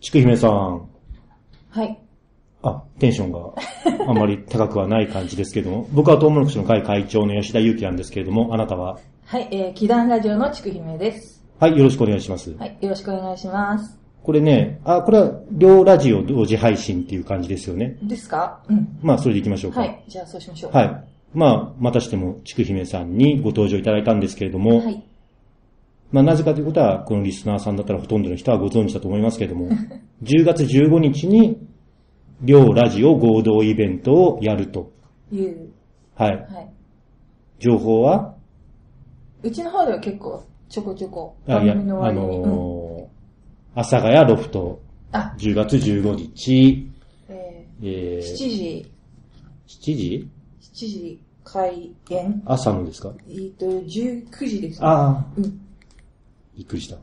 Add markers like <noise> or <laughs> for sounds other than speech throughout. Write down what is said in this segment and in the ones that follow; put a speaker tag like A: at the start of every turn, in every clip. A: ちくひめさん、
B: はい。
A: あ、テンションがあまり高くはない感じですけども、 <laughs> 僕はトウモロコシの会会長の吉田祐樹なんですけれども、あなたは、
B: はい、えー、祈願ラジオのちくひめです。
A: はい、よろしくお願いします。
B: はい、よろしくお願いします。
A: これね、あ、これは両ラジオ同時配信っていう感じですよね。
B: ですかうん。
A: まあ、それで行きましょうか。
B: はい、じゃあそうしましょう。
A: はい。まあ、またしても、ちくひめさんにご登場いただいたんですけれども、
B: はい。
A: まあ、なぜかということは、このリスナーさんだったらほとんどの人はご存知だと思いますけれども、10月15日に、両ラジオ合同イベントをやると。
B: いう。
A: はい。
B: はい。
A: 情報は
B: うちの方では結構、ちょこちょこ、
A: あ
B: 番
A: いや、あ
B: 組の終わりに。うん
A: のー、阿佐ヶ谷ロフト、
B: あ、
A: 10月15日、
B: え
A: え
B: ー、7
A: ー、
B: 時、
A: 7時
B: 7時開演。
A: 朝のですか
B: えっ、と、19時です。
A: ああ、
B: うん。
A: びっくりした。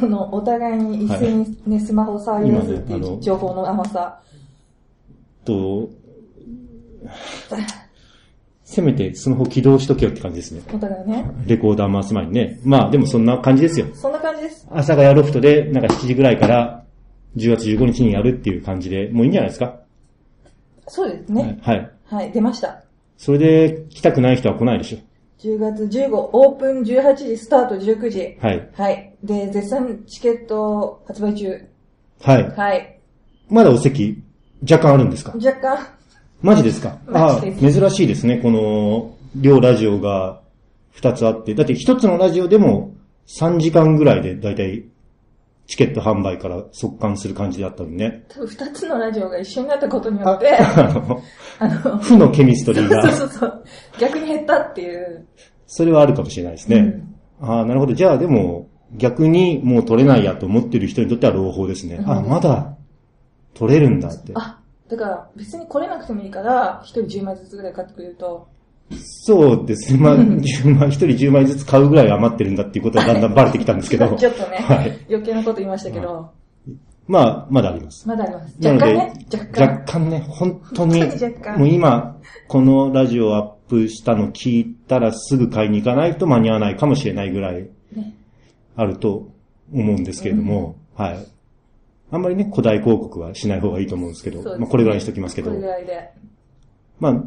B: この、お互いに一斉にね、スマホ触り出すってい
A: 今ねあの
B: う情報の甘さ。
A: と、せめてスマホ起動しとけよって感じですね。
B: お互いね。
A: レコーダー回す前にね。まあでもそんな感じですよ。
B: そんな感じです。
A: 阿佐ヶ谷ロフトでなんか7時ぐらいから10月15日にやるっていう感じで、もういいんじゃないですか、
B: そうですね。
A: はい。
B: はい、出ました。
A: それで来たくない人は来ないでし
B: 10月15、オープン18時、スタート19時。
A: ょ。はい。
B: はい。で、絶賛チケット発売中。
A: はい。
B: はい。
A: まだお席、若干あるんですか
B: 若干、
A: マジですか
B: マ
A: あ
B: ジです
A: あ、珍しいですね。この、両ラジオが2つあって。だって1つのラジオでも3時間ぐらいでだいたいチケット販売から速乾する感じだったのにね。 <laughs>
B: 多分二つのラジオが一緒になったことによ
A: あ
B: って、あ
A: の、
B: の、
A: 負のケミストリー
B: そう <laughs>
A: が、
B: そうそう、逆に減ったっていう。
A: それはあるかもしれないですね。
B: うん
A: ああ、なるほど。じゃあでも、逆にもう取れないやと思ってる人にとっては朗報ですね。あ、まだ取れるんだって。
B: あ、だから別に来れなくてもいいから、一人10枚ずつぐらい買ってくれると、
A: そうですね。まあ、10枚、一
B: <laughs>
A: 人10枚ずつ買うぐらい余ってるんだっていうことはだんだんバレてきたんですけど。
B: <laughs> ちょっとね、
A: はい。
B: 余計なこと言いましたけど、
A: まあ、まだあります。
B: まだあります。
A: なの
B: 若干
A: で
B: ね、若
A: 若
B: 干。
A: 干ね、本当に、
B: 本当に若干
A: もう今、このラジオアップしたの聞いたらすぐ買いに行かないと間に合わないかもしれないぐらい
B: ね、
A: あると思うんですけれども、はい。あんまりね、古代広告はしない方がいいと思うんですけど、
B: そうですね
A: まあこれぐらいにしときますけ
B: こ
A: ど
B: れ、ぐらいで。
A: まあ、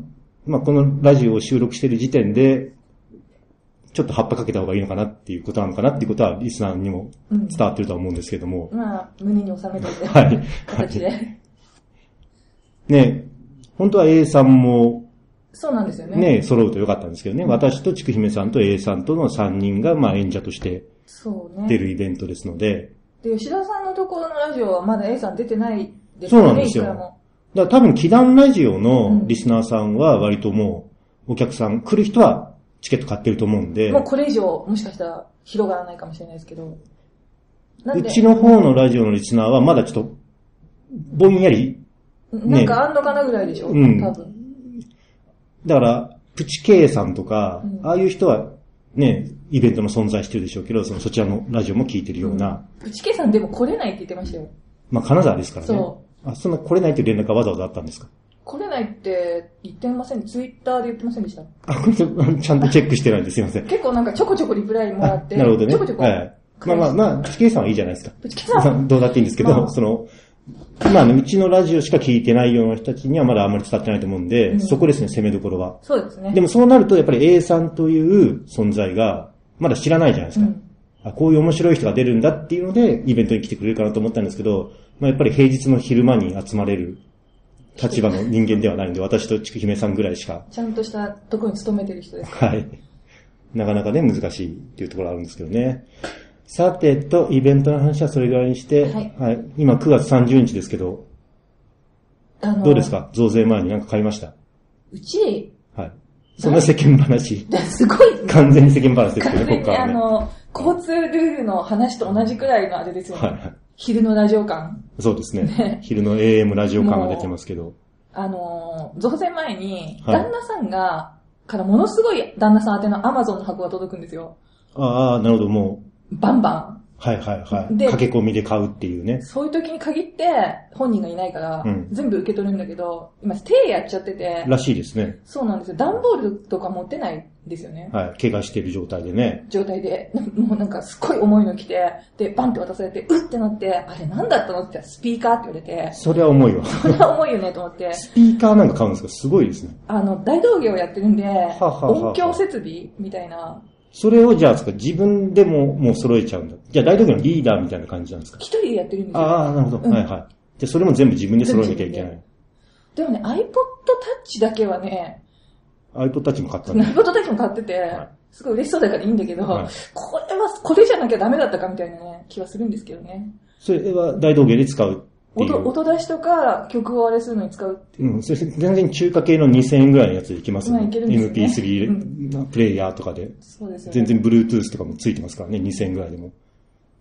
A: まあこのラジオを収録している時点で、ちょっと葉っぱかけた方がいいのかなっていうことなのかなっていうことはリスナーにも伝わってるとは思うんですけども、
B: まあ、胸に収めてて、
A: はい。
B: 形で。
A: ね、本当は A さんも
B: そうなんですよね。
A: ね、揃うとよかったんですけどね、私とちくひめさんと A さんとの3人が、まあ、演者として
B: そうね。
A: 出るイベントですので、
B: で、吉田さんのところのラジオはまだ A さん出てないです
A: そうなんですよ
B: いくらも
A: だから多分、祈願ラジオの
B: うん
A: リスナーさんは割ともう、お客さん、来る人はチケット買ってると思うんで、
B: もうこれ以上、もしかしたら広がらないかもしれないですけど。なん
A: う
B: で、
A: ちの方のラジオのリスナーはまだちょっと、ぼんやり、
B: なんかあんのかなぐらいでしょ、
A: うん
B: 多分。
A: だから、プチ K さんとか、
B: うん
A: ああいう人は、ね、イベントも存在してるでしょうけど、そのそちらのラジオも聞いてるような、
B: うちけさんでも来れないって言ってましたよ。
A: まあ、金沢ですからね。
B: そ
A: あ、そんな来れないっていう連絡がわざわざあったんですか
B: 来れないって言ってません。ツイッターで言ってませんでした。
A: あ、これちょあの <laughs> ちゃんとチェックしてないんですいません。
B: 結構なんかちょこちょこリプライもらって、
A: あなるほどね。
B: ちょこちょこ。
A: はい。まあまあまあ、口計さんはいいじゃないですか。
B: プチけさん、
A: どうだっていいんですけど、
B: まあ
A: その、まあね、うちのラジオしか聞いてないような人たちにはまだあんまり伝わってないと思うんで、
B: うん
A: そこですね、攻めどころは。
B: そうですね。
A: でもそうなると、やっぱり A さんという存在が、まだ知らないじゃないです
B: う
A: か、
B: ん。
A: あ。こういう面白い人が出るんだっていうので、イベントに来てくれるかなと思ったんですけど、まあやっぱり平日の昼間に集まれる立場の人間ではないので、私とちくひめさんぐらいしか
B: ちゃんとしたとこに勤めてる人です。
A: はい。なかなかね、難しいっていうところあるんですけどね。さてと、イベントの話はそれぐらいにして、
B: はい
A: 今9月30日ですけど、
B: あの
A: どうですか増税前に何か買いました
B: うち、 <laughs>
A: はい。そんな世間話。
B: すごい、
A: 完全に世間話ですけどね、
B: 完全
A: ここか
B: にあ
A: らね。
B: の、交通ルールの話と同じくらいのあれですよ
A: はい
B: ね。
A: はい。
B: 昼のラジオ感。
A: そうですね
B: ね。
A: 昼の AM ラジオ感が出てますけど。
B: あのー、増税前に、
A: はい
B: 旦那さんが、からものすごい旦那さん宛ての Amazon の箱が届くんですよ。
A: ああ、なるほど、も
B: バンバン。
A: はいはいはい。
B: で
A: 駆け込みで買うっていうね。
B: そういう時に限って、本人がいないから、
A: うん
B: 全部受け取るんだけど、今、手やっちゃってて、
A: らしいですね。
B: そうなんですよ。段ボールとか持ってないんですよね。
A: はい。怪我してる状態でね。
B: 状態で、なもうなんかすっごい重いの来て、で、バンって渡されて、うってなって、あれなんだったのって言ったらスピーカーって言われて、
A: そりゃ重いわ。
B: それは重いよねと思って、
A: スピーカーなんか買うんですかすごいですね。
B: あの、大道芸をやってるんで、
A: ははは
B: 音響設備みたいな、
A: それをじゃあ、自分でももう揃えちゃうんだ。じゃあ大道芸のリーダーみたいな感じなんですか
B: 一人でやってるんですよ。
A: ああ、なるほど。
B: うん
A: はいはい。じゃあそれも全部自分で揃えなきゃいけない。
B: でもね、iPod Touch だけはね、
A: iPod たちも買ったんだ。
B: iPod Touch も買ってて、
A: はい
B: すごい嬉しそうだからいいんだけど、
A: はい
B: これは、これじゃなきゃダメだったかみたいなね、気はするんですけどね。
A: それは大道芸で使うってい
B: 音、
A: う。
B: 音出しとか曲をあれするのに使うって
A: うん、それ全然中華系の2000円ぐらいのやつでいきますよ
B: まあ
A: ね。
B: いけるんですよね
A: MP3 プレイヤーとかで。
B: そうですよ
A: 全
B: ね。
A: 然 Bluetooth とかもついてますからね、2000円ぐらいでも。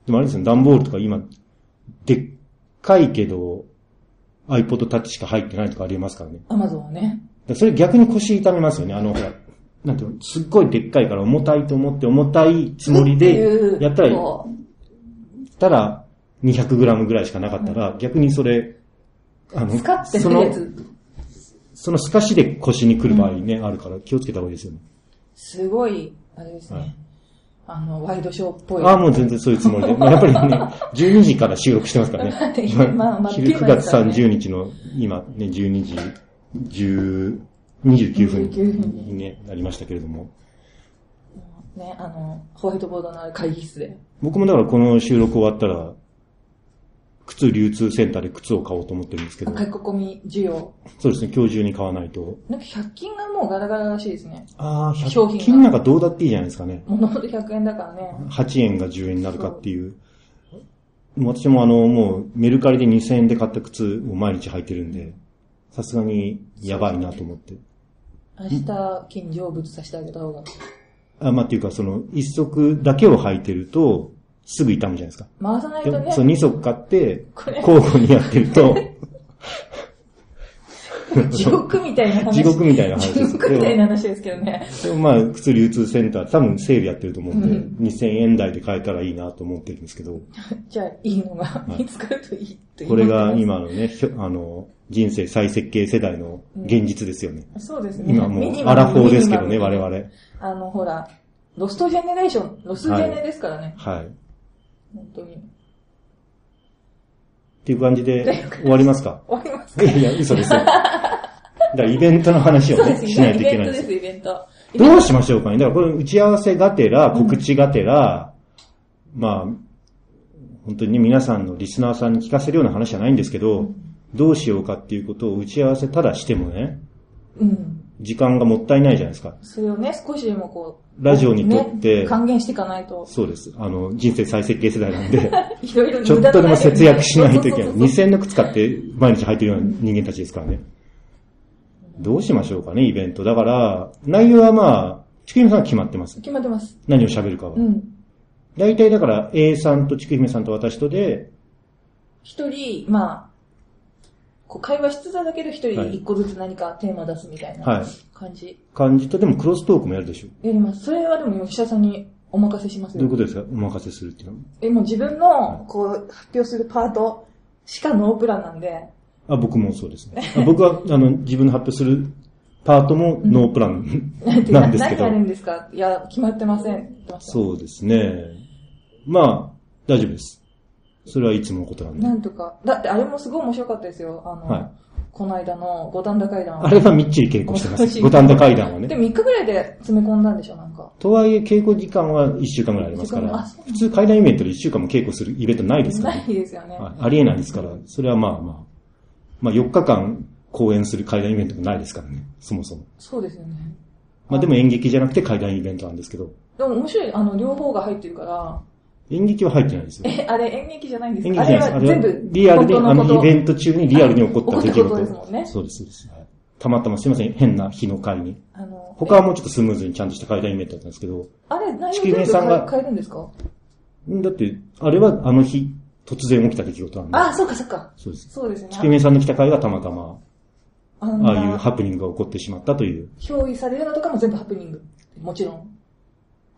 A: でもあれですよね、段ボールとか今、でっかいけど、iPod Touch しか入ってないとかありますからね。だか
B: Amazon はね。
A: らそれ逆に腰痛めますよね、あの、ほら。なんていうの、すっごいでっかいから重たいと思って重たいつもり
B: うっ
A: で、
B: ていう
A: やったら、やっ
B: こう
A: たら 200g ぐらいしかなかったら、逆にそれ、あの
B: 使って
A: そ
B: る
A: の
B: や、つ。
A: その透かしで腰に来る場合ね、あるから気をつけた方がいいですよね。
B: すごい、あれですね。
A: はい
B: あの、ワイドショーっぽい。
A: ああ、もう全然そういうつもりで。まあやっぱりね、12時から収録してますからね。
B: <laughs> 今まあ
A: 昼
B: 真
A: 9
B: っ昼間です
A: 月
B: からね
A: 30日の今ね、12時10 29分
B: 29分
A: に、ね、なりましたけれども。
B: ね、あの、ホワイトボードのある会議室で。
A: 僕もだからこの収録終わったら、靴流通センターで靴を買おうと思ってるんですけど、
B: 書き込み需要。
A: そうですね、今日中に買わないと。
B: なんか100均がもうガラガラらしいですね。
A: ああ、
B: 商
A: 100
B: 品が
A: 均なんかどうだっていいじゃないですかね。
B: もともと100円だからね。
A: 8円が10円になるかっていう。もう私もあの、もうメルカリで2000円で買った靴を毎日履いてるんで、さすがにやばいなと思って。
B: 明日、金成仏させてあげた方が。
A: あ、まあ、っていうかその、1足だけを履いてると、すぐ痛むじゃないですか。
B: 回さない
A: で
B: と
A: も
B: ね
A: そ。の2足買って、
B: これ
A: 交互にやってる
B: <laughs>
A: と、
B: 地獄みたいな話。
A: 地獄みたいな話
B: 地
A: です
B: 獄みたいな話ですけどね。
A: でもまあ、靴流通センター、多分セールやってると思うんで、
B: うん
A: 2000円台で買えたらいいなと思ってるんですけど、
B: じゃあ、いいのが
A: い
B: 見つかるといいという
A: これが。今のね、ひょあの、人生再設計世代の現実ですよね。
B: そうですね。
A: 今も
B: ミニ
A: う、
B: マ
A: ア
B: ム
A: ラフォーですけどね、
B: ミニマム
A: 我々。
B: あの、ほら、ロストジェネレーション、ロスジェネですからね、
A: はい。っ
B: 本当に。
A: ていう感じ
B: <laughs>
A: で終わりますか
B: 終わります
A: いやいや、嘘
B: <laughs>
A: ですよ。だからイベントの話を
B: そう
A: ね、
B: です、
A: しないといけ
B: イベ
A: ない
B: ン
A: ん
B: ト
A: です
B: で
A: よ
B: す、イベント。
A: どうしましょうかね。だからこれ打ち合わせがてら、告知がてら、まあ、本当にね皆さんのリスナーさんに聞かせるような話じゃないんですけど、どうしようかっていうことを打ち合わせただしてもね、
B: うん。
A: 時間がもったいないじゃないですか。
B: それをね、少しでもこう、
A: ラジオにとって
B: ね還元していかないと、
A: そうです。あの、人生再設計世代なんで、
B: いろいろ
A: ちょっとでも節約しないといけない。
B: そうそうそうそう
A: 2000の靴買って毎日履いてるような人間たちですからね。どうしましょうかね、イベント。だから、内容はまあ、ちくひめさんは決まってます。
B: 決まってます。
A: 何を喋るかは
B: う。ん。
A: 大体だから A さんとちくひめさんと私とで、
B: 一人、まあ、こう会話しつつだけど一人で一個ずつ何かテーマ出すみたい
A: は
B: ない感じ。
A: 感じとでもクロストークもやるでしょ。
B: やります。それはでも吉田さんにお任せします
A: どういうこ。
B: よ
A: とですかお任せするっていうの
B: え、もう自分の、こう、発表するパートしかノープランなんで、
A: は。あ、僕もそうですね。あ僕は、 <laughs> あの、自分の発表するパートもノープラン
B: なんて
A: なんですけ
B: 何
A: ど
B: や。るんですかいや、決まってません。って言ってました
A: そうですね。まあ、大丈夫です。それはいつものことなんで
B: な。んとか。だってあれもすごい面白かったですよ。あの、
A: はい
B: この間の五反田階段。
A: あれはみっちり稽古してます。五反田階段はね。
B: で、3日ぐらいで詰め込んだんでしょ、なんか。
A: とはいえ稽古時間は1週間ぐらいありますか
B: 一週間
A: ら
B: あそう、なんだ
A: 普通階段イベントで1週間も稽古するイベントないですから
B: な
A: ね
B: いですよね。
A: はいありえないですから、それはまあまあ、まあ4日間公演する階段イベントもないですからね、そもそも。
B: そうですよね。
A: まあでも演劇じゃなくて階段イベントなんですけど、
B: でも面白い、あの、両方が入ってるから、
A: 演劇は入ってないですよ。
B: え、あれ演劇じゃないんです
A: 演
B: か
A: 劇じ
B: あれ
A: ゃないです
B: は全部、
A: リアルで、
B: 本
A: あ
B: 当のこと
A: のイベント中にリアルに起こった出来
B: 起こったこと
A: 事。
B: ですもんね
A: そうです、そうです。はいたまたますいません、変な日の会に。
B: あの、
A: 他はもうちょっとスムーズにちゃんとした階段イベントだったんですけど、
B: あれ、内
A: 地
B: 容
A: 球
B: 全
A: 人
B: 部
A: さんが
B: 変え変えるんですか
A: んだって、あれはあの日、突然起きた出来事なん
B: あ、
A: で。
B: そっかそっか。
A: そうです。
B: そうですね。
A: 月面さんの来た会がたまたま、
B: あん
A: ああいう
B: な、
A: ハプニングが起こってしまったという。
B: 憑依されるのとかも全部ハプニング。もちろん。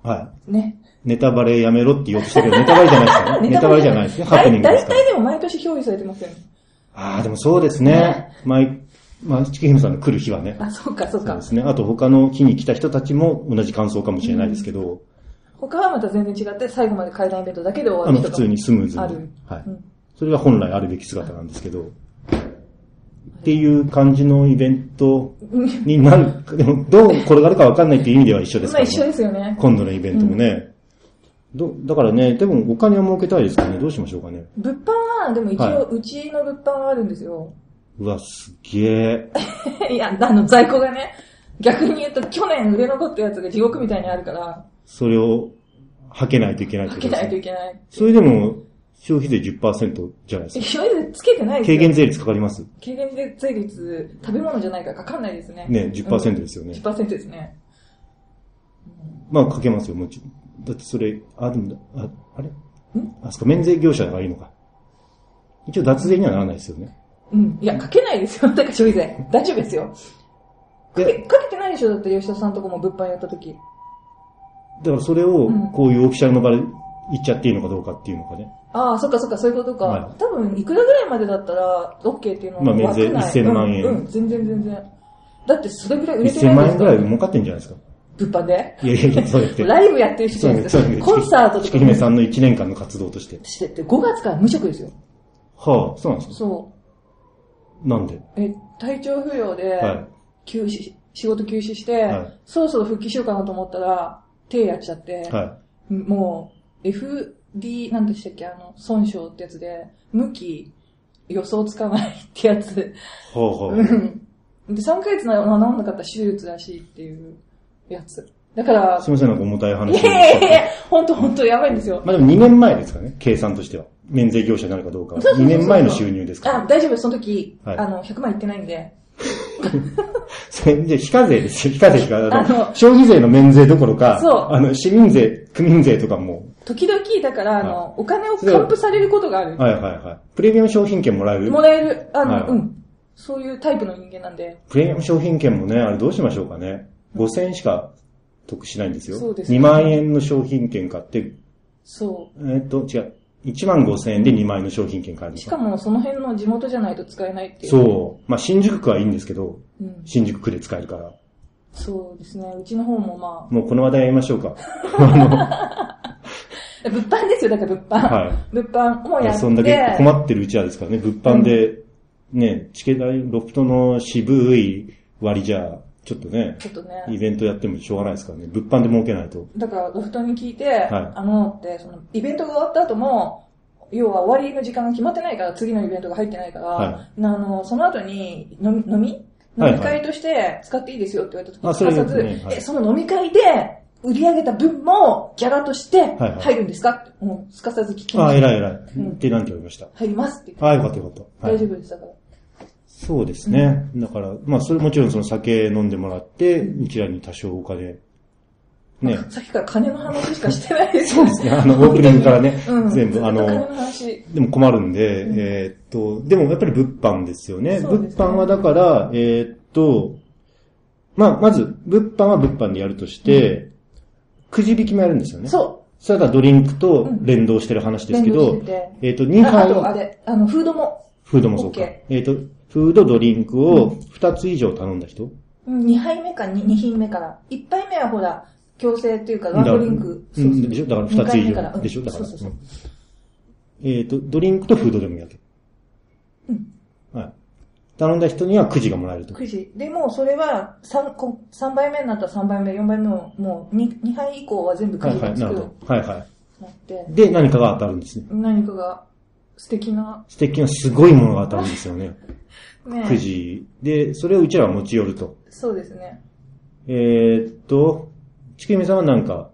A: は
B: ね。
A: い。ネタバレやめろって言おうとしたけど、ネタバレじゃないです
B: <laughs>
A: からね。ネタバレじゃないですね。ハプニングですから
B: 大。体でも毎年表示されてますよね。
A: ああ、でもそうですね。毎、まあ、チキヒムさんの来る日はね。
B: あ、そうか、そう
A: そう
B: か
A: で。すね。あと他の日に来た人たちも同じ感想かもしれないですけど、
B: 他はまた全然違って、最後まで階段イベントだけで終わ
A: あ
B: る
A: の、
B: 人
A: 普
B: が
A: 通にスムーズに。
B: あ
A: は
B: る。
A: い。
B: うん
A: それが本来あるべき姿なんですけど、っていう感じのイベントになるか、でもどう転がるかわかんないっていう意味では一緒です
B: ま
A: か
B: あ
A: ら
B: 一緒
A: ね。
B: ですよね。
A: 今度のイベントもね。どだからね、でもお金を儲けたいですからね、どうしましょうかね。
B: 物販は、でも一
A: は
B: 応、うちの物販はあるんですよ。 <laughs>
A: うわ、すげえ。
B: いや、あの、在庫がね、逆に言うと、去年売れ残ったやつが地獄みたいにあるから、
A: それを吐けないといけないって
B: か
A: こ
B: け
A: とで
B: な
A: す
B: いと
A: ね。
B: いけない。
A: それでも、消費税10%じゃないです
B: え、
A: か。
B: 消費税つけてないです
A: 軽
B: よ
A: 減税率かかります
B: 軽減税率、食べ物じゃないからかかんないですね。
A: ね、
B: うん
A: 10%ですよね。
B: 10%ですね。
A: まあ、かけますよ、もちろん。だってそれ、あ、でも、あ、あれあそこ、免税業者がいいのか。一応、脱税にはならないですよね。
B: うん。いや、かけないですよ。だ <laughs> から消費税。大丈夫ですよ。かけ、
A: で、
B: かけてないでしょだって吉田さんとこも物販やった時。
A: だからそれを
B: うん、
A: こういうオフィシャルの場で言っちゃっていいのかどうかっていうのかね。
B: ああ、そっかそっか、そういうことか。
A: は
B: 多分、いくらぐらいまでだったら、OK っていうのは
A: まあ
B: 枠内、
A: 免税1000万円
B: うん、うん、全然全然。だって、それぐらい売れて
A: 1000
B: ない
A: 万
B: で
A: 円
B: す
A: ぐ
B: から
A: い
B: ら、
A: 儲かってんじゃないですか。
B: 物販で。
A: いやいやいや、そうやって。
B: <laughs> ライブやってる人じ
A: そ
B: ゃ
A: う
B: な
A: や
B: いで
A: っ
B: すか。
A: て。
B: コンサートと
A: ち
B: か
A: きひめさんの1年間の活動として。
B: してて、5月から無職ですよ。
A: はあ、そうなんですか
B: そ
A: なんで
B: う。え、体調不良で、
A: は
B: 休止、仕事休止して、
A: はい
B: そろそろ復帰しようかなと思ったら、手やっちゃって、
A: い。は
B: もう、FD、なんでしたっけ、あの、損傷ってやつで、向き、予想つかないってやつ。
A: い。はあ、は
B: うん。で、3ヶ月なら治んなかったら手術らしいっていうやつ。だから
A: あ。す、みません、なんか重たい
B: い
A: 話
B: や
A: を
B: いやいやいや、ほんとほんとやばいんですよ。
A: まあでも2年前ですかね、計算としては。免税業者になるかどうかは。
B: そうそうそう
A: 2
B: そう
A: 年前の収入ですか
B: あ
A: ら、。
B: 大丈夫です、その時、
A: はい
B: あの、100万いってないんで。
A: それで、非課税ですよ、非課税しか。あ
B: あの
A: の、消費税の免税どころか、
B: そう
A: あの、市民税、区民税とかも、
B: 時々、だから、あの、お金を還付されることがある。
A: はいはいはい。プレミアム商品券もらえる
B: も。らえる、あの、
A: はい
B: うん。そういうタイプの人間なんで。
A: プレミアム商品券もね、あれどうしましょうかね。5000円しか得しないんですよ。
B: そうですね
A: 2万円の商品券買って、
B: そ
A: えーっと、違う。1万5000円で2万円の商品券買える
B: う。
A: の
B: しか
A: か。
B: も、その辺の地元じゃないと使えないっていう。
A: そう。まあ、新宿区はいいんですけど、
B: う。ん。
A: 新宿区で使えるから。
B: そうですね。うちの方もま
A: もうこの話題やりましょうか。
B: あ、物販ですよ、だから物販。
A: はい。
B: 物販も
A: い
B: や
A: や、
B: って。
A: そんだけ困ってるうちはですからね、物販で、ね、チケ代、ロフトの渋い割じゃ、ちょっとね、
B: ちょっと
A: イ
B: ね。
A: ベントやってもしょうがないですからね、物販で儲けないと。
B: だから、ロフトに聞いて、
A: い
B: あのって、その、イベントが終わった後も、要は終わりの時間が決まってないから、次のイベントが入ってないから、
A: は
B: あの、その後に飲み、飲み
A: はいはい
B: 飲み会として使っていいですよって言われた時に、
A: あそれいいですね
B: すかさず
A: はい
B: え、その飲み会で売り上げた分もギャラとして
A: はいはい
B: 入るんですかって、もうすかさず聞き
A: あ
B: ま
A: あ、
B: した。
A: 偉い偉い。
B: うん
A: ってなんて言われました。
B: 入りますって言って、
A: ああ、よかったよかった。は
B: 大丈
A: い。
B: 夫です。だから。
A: そうですね。だから、まあ、それもちろんその酒飲んでもらって、うちらに多少お金、ね。
B: さっきから金の話しかしてないです
A: そうですね。 <laughs> あの、オープニングからね
B: うん、、
A: 全部、あ
B: ず
A: の
B: っと金、の話。
A: でも困るんで、
B: うん
A: えーっと、でもやっぱり物販ですよね。
B: そう
A: 物
B: ですね
A: 販はだから、えーっと、まあ、まず、物販は物販でやるとして、くじ引きもやるんですよね。う。
B: そ
A: それはドリンクと連動してる話
B: う。
A: ですけど、
B: 連動してて
A: えーっと、2
B: ああと、あ
A: 杯、
B: れ、あの、フードも、
A: フードもそうか。
B: OK
A: えーっと、フード、ドリンクを2つ以上頼んだ人、
B: うん2杯目か 2, 2品目から。1杯目はほら、強制っていうか、ワンドリンク。
A: だからうんでしょだから2つ以上。でしょだか。
B: だからら。そうそうそう
A: うんえーっと、ドリンクとフードでもいいわけ。
B: うん。
A: はい。頼んだ人にはくじがもらえると。
B: くじ。でも、それは3、こ三杯目になったら3杯目、4杯目も、もう 2, 2杯以降は全部く
A: は
B: じ
A: いは
B: が
A: い、
B: つ
A: なる
B: く
A: ほど。はいは
B: なって
A: い。、で、何かが当たるんですね。
B: 何かが素敵な、
A: 素敵なすごいものが当たるんですよね。
B: ね。
A: く。じ。で、それをうちらは持ち寄ると。
B: そうですね。
A: えー、っと、ちくみさんは何か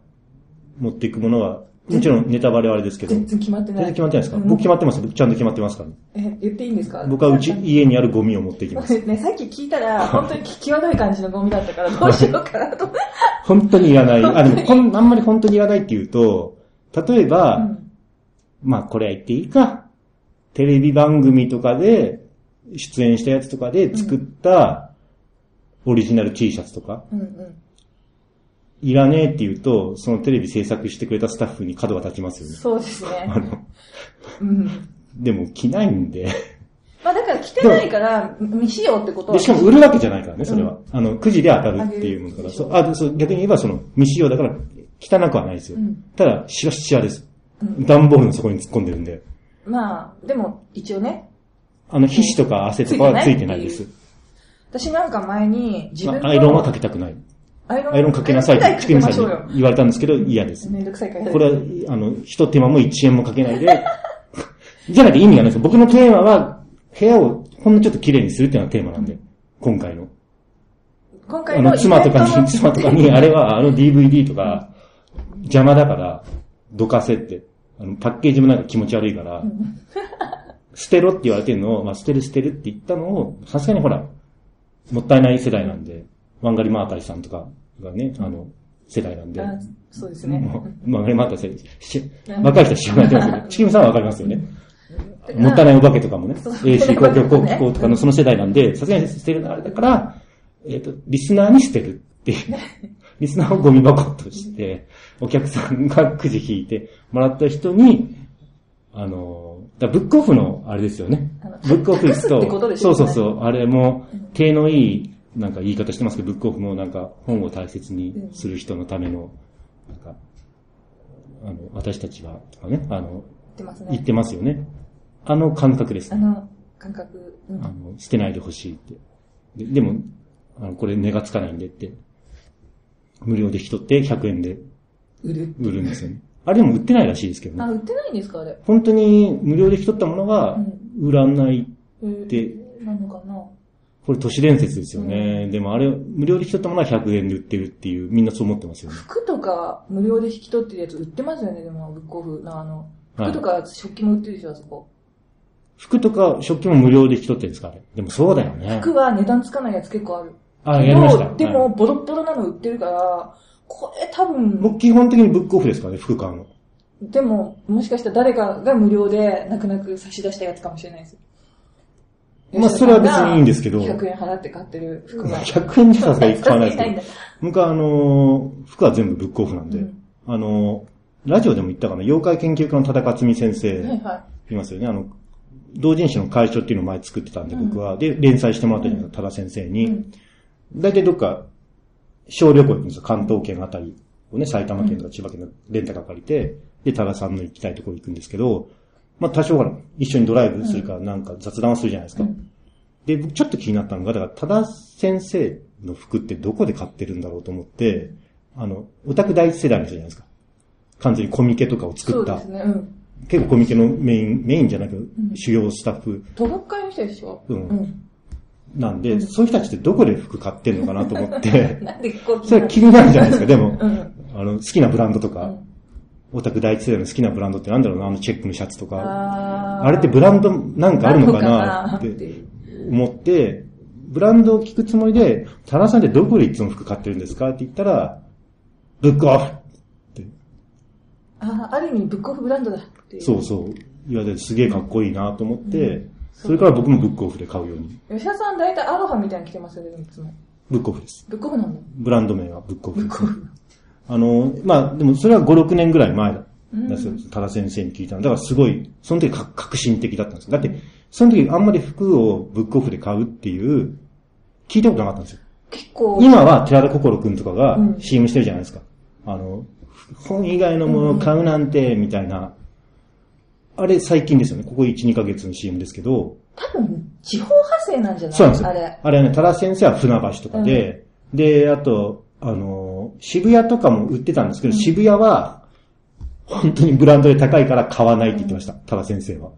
A: 持っていくものは、もちろんネタバレはあれですけど、
B: 全
A: 全
B: 然決まってない。
A: 然決まってないですか、
B: うん
A: 僕決まってます。僕ちゃんと決まってますから、ね。
B: え、言っていいんですか
A: 僕はうち、家にあるゴミを持っていき
B: そ
A: ま
B: う
A: す。
B: です <laughs> ね、さっき聞いたら、本当に聞き <laughs> 悪い感じのゴミだったから、どうしようかなと。
A: 本当にいらない。あ、でもこん、あんまり本当にいらないっていうと、例えば、
B: うん
A: まあこれは言っていいか。テレビ番組とかで、出演したやつとかで作った、オリジナル T シャツとか、
B: うんうん。
A: いらねえって言うと、そのテレビ制作してくれたスタッフに角が立ちますよね。
B: そうです
A: あ
B: ね。
A: の、
B: うん。
A: でも着ないんで。
B: まあだから着てないから、未使用ってこと
A: で、
B: は。
A: しかも売るわけじゃないからね、それは。
B: う
A: あの、くじで当たるっていうものだから。そう、あ、でそう、逆に言えばその、未使用だから、汚くはないですよ。
B: うん
A: ただ、シワシワです。
B: うん
A: 段ボールの底に突っ込んでるんで。
B: まあ、でも一応ね、
A: あの、皮脂とか汗とかはついてないです。
B: 私なんか前に自
A: ま
B: 分の
A: あ、アイロンはかけたくない。
B: アイロン
A: アイロンかけなさい
B: アイロン
A: っ
B: か
A: て、
B: け
A: チキン
B: ま
A: さん
B: しょうよ。
A: に言われたんですけど、嫌です。
B: めんどくさいから。
A: これは、あの、一手間も一円もかけないで、じゃなきゃ意味がないです。僕のテーマは、部屋をほんのちょっと綺麗にするっていうのがテーマなんで、今回の。
B: 今
A: あ
B: 回
A: の、
B: のイベント
A: 妻
B: の
A: とかに、 <laughs> 妻とかに、あれは、あの DVD とか、邪魔だから、どかせって。あの、パッケージもなんか気持ち悪いから、捨てろって言われてるのを、まあ、捨てる捨てるって言ったのを、さすがにほら、もったいない世代なんで、ワンガリマータリさんとかがね、あの、世代なんで。
B: <laughs> あそうですね。
A: もうまあ、あれもあったせいし、若い人は知らないと思います
B: <laughs>
A: けど、チキムさんはわかりますよね。もったいないお化けとかもね、
B: そう <laughs>
A: AC 公共公
B: ね
A: 共とかのその世代なんで、さすがに捨てるのはあれだから、えっ、と、リスナーに捨てるっていう。 <laughs> リスナーをゴミ箱として、お客さんがくじ引いてもらった人に、あの、だからブックオフのあれですよね
B: あの。
A: ブックオフ行く
B: 隠すってことでし
A: そ
B: ょ
A: うそうそう、あれも、手のいい、なんか言い方してますけど、ブックオフもなんか本を大切にする人のための、なんか、あの、私たちは、とかね、あの、
B: 言ってます
A: 言っ
B: ね。
A: てますよね。あの感覚です。
B: あ
A: あ
B: の、感覚。うん
A: の、捨てないでほしいって。ででも、あの、これ値がつかないんでって。無料で引き取って100円で
B: 売る。
A: 売るんですよね。あれでも売ってないらしいですけど
B: あ、
A: ね。
B: 売ってないんですかあれ。
A: 本当に無料で引き取ったものが
B: うん
A: 売らない。
B: でなのかな
A: これ都市伝説ですよね。でもあれ、無料で引き取ったものは100円で売ってるっていう、みんなそう思ってますよね。
B: 服とか無料で引き取ってるやつ売ってますよね、でも、ブックオフ。なあの、
A: はい
B: 服とか食器も売ってるでしょ、あそこ。
A: 服とか食器も無料で引き取ってるんですかあれ。でもそうだよね。
B: 服は値段つかないやつ結構ある。
A: あ、やりました。
B: で
A: は
B: も、
A: い
B: ボロッボロなの売ってるから、これ多
A: も
B: 分、
A: う基本的にブックオフですからね、服買うの。
B: でも、もしかしたら誰かが無料で泣く泣く差し出したやつかもしれないです。
A: まあそれは別にいいんですけど
B: 100円払って買ってる服 <laughs> は。
A: 100円じゃさすがに使わないです
B: 使い
A: けど
B: たいん。だ
A: 僕はあのー、服は全部ブックオフなんで、
B: うん
A: あのー、ラジオでも言ったかな、妖怪研究家の田中み先生、
B: はいはい
A: ますよね。あの、同人誌の会所っていうのを前作ってたんで、僕は。で、連載してもらったじゃないですか、多田先生
B: い。う
A: に。
B: ん
A: 大体どっか、小旅行行くんですよ。関東圏あたりをね、埼玉県とか千葉県のレンタカー借りて、で、多田さんの行きたいところ行くんですけど、まあ多少ほら、一緒にドライブするからなんか雑談はするじゃないですか。で、僕ちょっと気になったのが、だから、多田先生の服ってどこで買ってるんだろうと思って、あの、オタク第一世代の人じゃないですか。完全にコミケとかを
B: そ
A: 作っ
B: うで
A: た。
B: すね。うん。
A: 結構コミケのメイン、メインじゃなく、
B: ん
A: 主要スタッフ
B: 都学会の人でしょ
A: うん
B: うん。
A: なんで、そういう人たちってどこで服買ってるのかなと思っ
B: <laughs>
A: て、
B: なんでこう
A: それは気になるじゃないですか、でも。
B: うん。
A: あの、好きなブランドと
B: う
A: か、
B: ん
A: オタク第一世代の好きなブランドってなんだろうな、あのチェックのシャツとか。
B: あー
A: あれってブランドなんかあるのか
B: あるの
A: なっ
B: かなってて
A: 思って、ブランドを聞くつもりで、田中さんってどこでいつも服買ってるんですかって言ったら、ブックオフ
B: あーある意味、ブックオフブランドだっていう。
A: そうそう。言われてすげえかっこいいなと思って、
B: そう
A: それから僕もブックオフで買うように。
B: 吉田さん大体アロハみたいに着てますよね、いつも。
A: ブックオフです。
B: ブックオフなんだ。
A: ブランド名はブックオフ
B: ブッ
A: です
B: クオフ。
A: あの、まあ、でもそれは5、6年ぐらい前だ。
B: うん
A: ですよ。多田先生に聞いたの。だからすごい、その時か革新的だったんですよだって、その時あんまり服をブックオフで買うっていう、聞いたことなかったんですよ。
B: 結構、
A: 今は寺田心くんとかが
B: うん
A: CM してるじゃないですか。あの、本以外のものを買うなんて、みたいな。あれ最近ですよね。ここ1、2ヶ月の CM ですけど。
B: 多分、地方派生なんじゃない
A: そうなんですよ。
B: あれ。
A: はね、多田先生は船橋とかで、で、あと、あの、渋谷とかも売ってたんですけど、渋谷は、本当にブランドで高いから買わないって言ってました。多田先生は。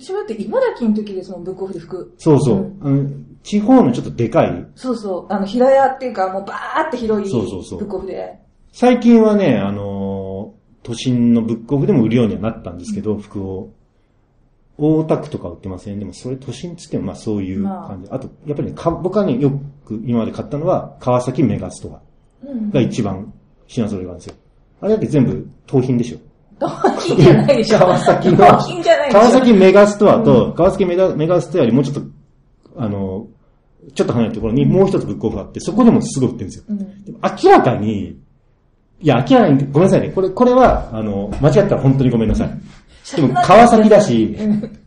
B: 私もだって茨城の時ですもん、ブックオフで服。
A: そうそうう。あの地方のちょっとでかい、
B: そうそう。あの、平屋っていうか、もうバーって広い。
A: そうそうそう
B: ブックオフで。
A: 最近はね、あのー都心のブックオフでも売るようにはなったんですけど、服を。大田区とか売ってません、ね、でもそれ都心っつってもまあそういう感じ。あ、と、やっぱりね、か僕はね、よく今まで買ったのは、川崎メガスとか
B: うん。
A: が一番品揃えがあるんですよ。あれだって全部、盗品でしょ。
B: 同品じゃないでしょ。
A: 川
B: <laughs>
A: 崎の
B: 同品じゃないでしょ。
A: 川崎メガストアと、川崎メガメガストアよりもうちょっと、あの、ちょっと離れたところにもう一つブックオフがあって、そこでもすごい売ってるんですよ。
B: うん。
A: でも明らかに、いや、明らかに、ごめんなさいね。これ、これは、あの、間違ったら本当にごめんなさい。でも、川崎だし、
B: うん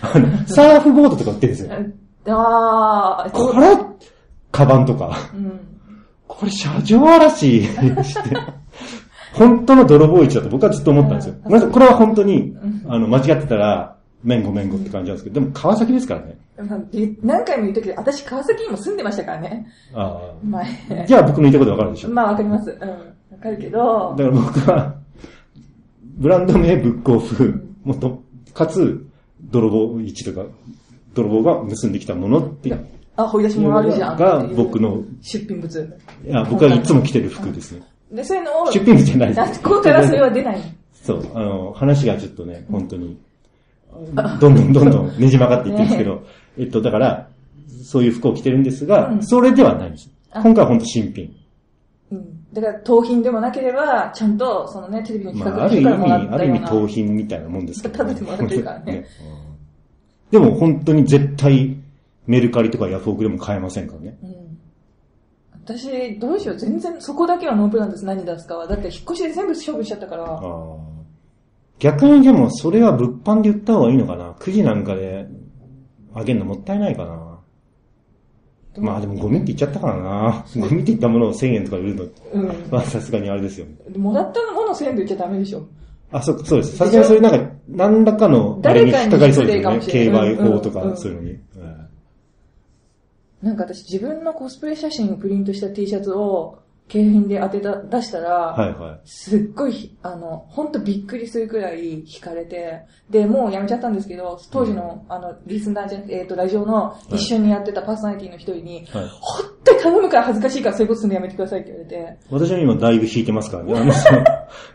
A: あのサーフボードとか売ってるんですよ。
B: ああ、
A: これ、カバンとか。
B: うん。
A: これ、車上荒らしして、本当の泥棒市だと僕はずっと思ったんですよ。ごめんなさい、これは本当に、あの、間違ってたら、めんごめんごって感じなんですけど、でも川崎ですからね。
B: まあで何回も言ったけど、私川崎にも住んでましたからね。
A: ああ。
B: 前。
A: じゃあ僕の言いたいことわかるでしょ。
B: まあわかります。うん。わかるけど
A: だ、から僕は、ブランド名ブックオフ、もっと、かつ、泥棒市とか、泥棒が盗んできたものっていう
B: あ、掘り出し物あるじゃん。
A: が僕の、
B: 出品物。
A: いや僕がいつも着てる服ですね。
B: で、そういうのを、
A: 出品じゃないです。
B: 学校からそれは出ない。
A: そう、あの、話がちょっとね、本当に、どんどんどんどんねじ曲がっていってるんですけど、えっと、だから、そういう服を着てるんですが、
B: うん
A: それではないんです。
B: あ
A: 今回は本当新品。
B: うん。だから、盗品でもなければ、ちゃんと、そのね、テレビの
A: まあ、
B: 企画
A: ある
B: で
A: 意味、
B: からもら
A: あ
B: った
A: る意
B: よう
A: 味
B: な。
A: 盗品みたいなもんですけど、
B: 食べてもらってるからね
A: うんでも本当に絶対、メルカリとかヤフオクでも買えませんからね。
B: うん。私、どうしよう。全然、そこだけはノープランです。何出すかは。だって、引っ越しで全部処分しちゃったから。
A: ああ逆にでも、それは物販で売った方がいいのかな。くじなんかで、あげるのもったいないかな。まあでも、ゴミって言っちゃったから <laughs> な。ゴミって言ったものを1000円とかで売るの、
B: うん。
A: まあ <laughs> さすがにあれですよね。
B: もらったもの1000円で言っちゃダメでしょ。
A: あ、そうか、そうです。さすがにそれなんか、何らかの、あれに引っかかりそうですよね。競
B: 誰かに
A: 売
B: 失礼かもしれない
A: 法とか、そういうのに。うん
B: なんか私自分のコスプレ写真をプリントした T シャツを景品で当てた、出したら、
A: はいはい。
B: すっごいひ、あの、ほんとびっくりするくらい惹かれて、で、もうやめちゃったんですけど、当時の、あの、リスナーじゃ、えっ、と、ラジオの
A: い
B: 一緒にやってたパーソナリティの一人に、
A: はい
B: ほんとに頼むから恥ずかしいからそういうことするのやめてくださいって言われて、
A: 私は今だいぶ引いてますからね。あの、 <laughs> その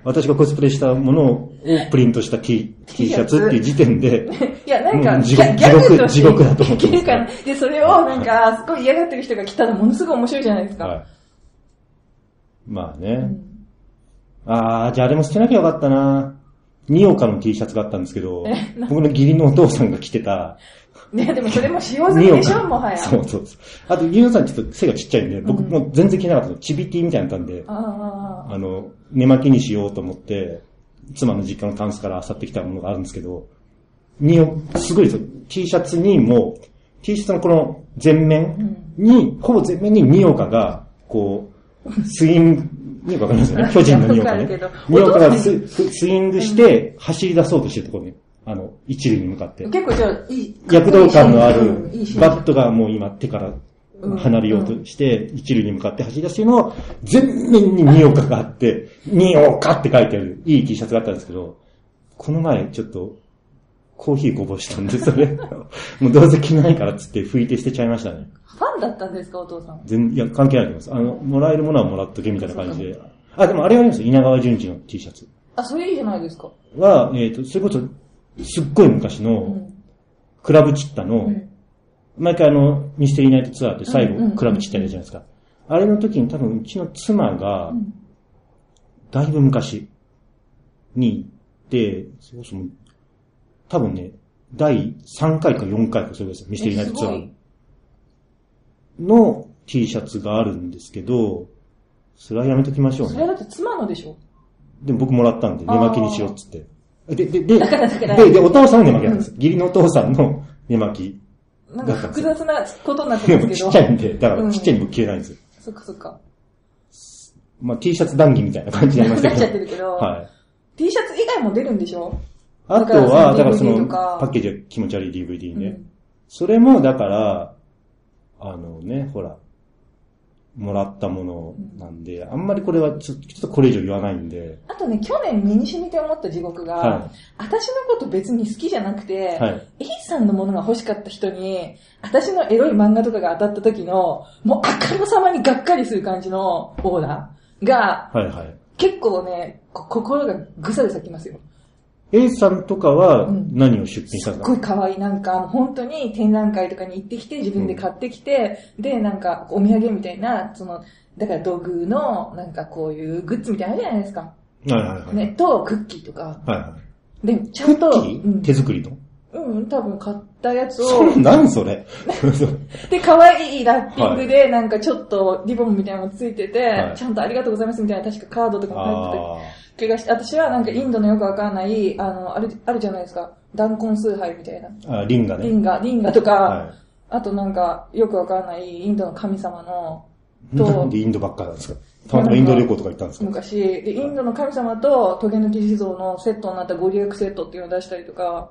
A: 私がコスプレしたものをプリントした T, T シャツっていう時点 <laughs> で、
B: いや、なん
A: う
B: か、
A: ん地
B: ギ
A: 獄
B: ャギャグとして
A: 地獄だと思ってます
B: いけるからで、それをなんか、すごい嫌がってる人が来たらものすごい面白いじゃないですか。
A: はい。まあね。
B: うん
A: ああ、じゃああれも捨てなきゃよかったな。ニオカの T シャツがあったんですけど
B: え、
A: 僕の義理のお父さんが着てた、
B: ね、でもそれも使用済み
A: ニオ
B: でしょ、
A: カ。
B: もはや。
A: そうそうそう。あと、義理のお父さんちょっと背がちっちゃいんで、僕
B: うん
A: もう全然着てなかったの。チビティみたいになのあったんで、
B: ああ
A: あの、寝巻きにしようと思って、妻の実家のタンスから漁ってきたものがあるんですけど、に、すごいですよ。T シャツにもう、T シャツのこの前面に、ほぼ前面にニオカが、こう、スイング、ニオカわかりますよね巨人のニオカ
B: わ
A: ね
B: かるけど。
A: ニオカ
B: お
A: が
B: 父さ
A: ススイングして走り出そうとしてるところに、あの、一塁に向かって
B: あ。。結構じゃあ、いい。
A: 躍動感のある
B: うんいいシー、ン
A: バットがもう今手から離れようとして、一塁に向かって走り出してるのを、全面にニオカがあって、ニオカって書いてある、いい T シャツがあったんですけど、この前ちょっと、コーヒーこぼしたんで、それ、 <laughs> もうどうせ着ないからっつって拭いて捨てちゃいましたね。
B: ファンだったんですか、お父さん。
A: 全いや、関係ないと思います。あの、もらえるものはもらっとけみたいな感じで。あ、でもあれはありますよ。稲川淳二の T シャツ
B: あ、それいいじゃないですか。
A: は、えっ、と、それこそ、すっごい昔
B: う
A: の、
B: ん。
A: クラブチッタの、
B: うん
A: 毎回あの、ミステリーナイトツアーって最
B: うんうん
A: 後、
B: うん
A: クラブちってやるじゃないですか。あれの時に多分、うちの妻が
B: ん、
A: だいぶ昔に行って、そもそも、多分ね、第3回か4回かそうですミステリーナイトツアーの T シャツがあるんですけど、それはやめときましょう
B: それ
A: ね。
B: だって妻のでしょ
A: でも僕もらったんで、
B: あ
A: 寝
B: ー
A: 巻きにしようっつって。で、で、で、
B: だからだから
A: で、で、お父さんの寝巻きなんです。義理のお父さんの寝巻
B: なんか複雑なことになっ
A: き。
B: て
A: で
B: ま
A: も <laughs> ち
B: すけど。
A: っちゃいんで、だか
B: う
A: ら
B: ん
A: ちっちゃいに僕着れないんですよ。
B: そっかそっか。
A: まあ、T シャツ談義みたいな感じになり
B: <laughs> な
A: ま
B: っ
A: し
B: ち
A: たけど。
B: ゃってるけど、
A: はい。
B: T シャツ以外も出るんでしょ
A: あとは、だ
B: だ
A: か
B: からら
A: そ
B: そ
A: の、
B: の
A: パッケージが気持ち悪い DVD ね。
B: うん
A: それも、だから、あのね、ほら、もらったものなんで、あんまりこれはちょちょっとこれ以上言わないんで、
B: あとね、去年身に染みて思った地獄が、
A: は
B: 私のこと別に好きじゃなくて、
A: はい。
B: エヒさんのものが欲しかった人に、私のエロい漫画とかが当たった時の、もうあからさまにがっかりする感じのオーラが、
A: はいはい。
B: 結構ね、こ心がぐさぐさきますよ。
A: A さんとかは
B: うん
A: 何を出品した
B: すっ
A: んです
B: ご
A: か、
B: い可愛い。なんか、本当に展覧会とかに行ってきて、自分で買ってきて、で、なんか、お土産みたいな、その、だから土偶の、なんかこういうグッズみたいなのあるじゃないですか。
A: はいはいはい。
B: ね、と、クッキーとか。
A: はいはい。
B: で、ちゃ
A: ク
B: んと、
A: ッキー、
B: うん
A: 手作りの
B: うんうん、多分買ったやつ
A: そ
B: を
A: れ、、何それ
B: で、可愛いラッピングで、なんかちょっとリボンみたいなのついてて、
A: はい
B: ちゃんとありがとうございますみたいな、確かカードとかも入ってた
A: <laughs> あ
B: 気がして、私はなんかインドのよくわかんない、あの、ある、あるじゃないですか。弾痕崇拝みたいな。
A: ーあ、リンガ
B: リ
A: ね。
B: ンガ、リンガとか、
A: は
B: あとなんか、よくわからないインドの神様の、
A: い。
B: と
A: なんでインドばっかなんですかたまたまインド旅行とか行ったんですか
B: 昔、で、インドの神様とトゲ抜き地蔵のセットになったご利益セットっていうのを出したりとか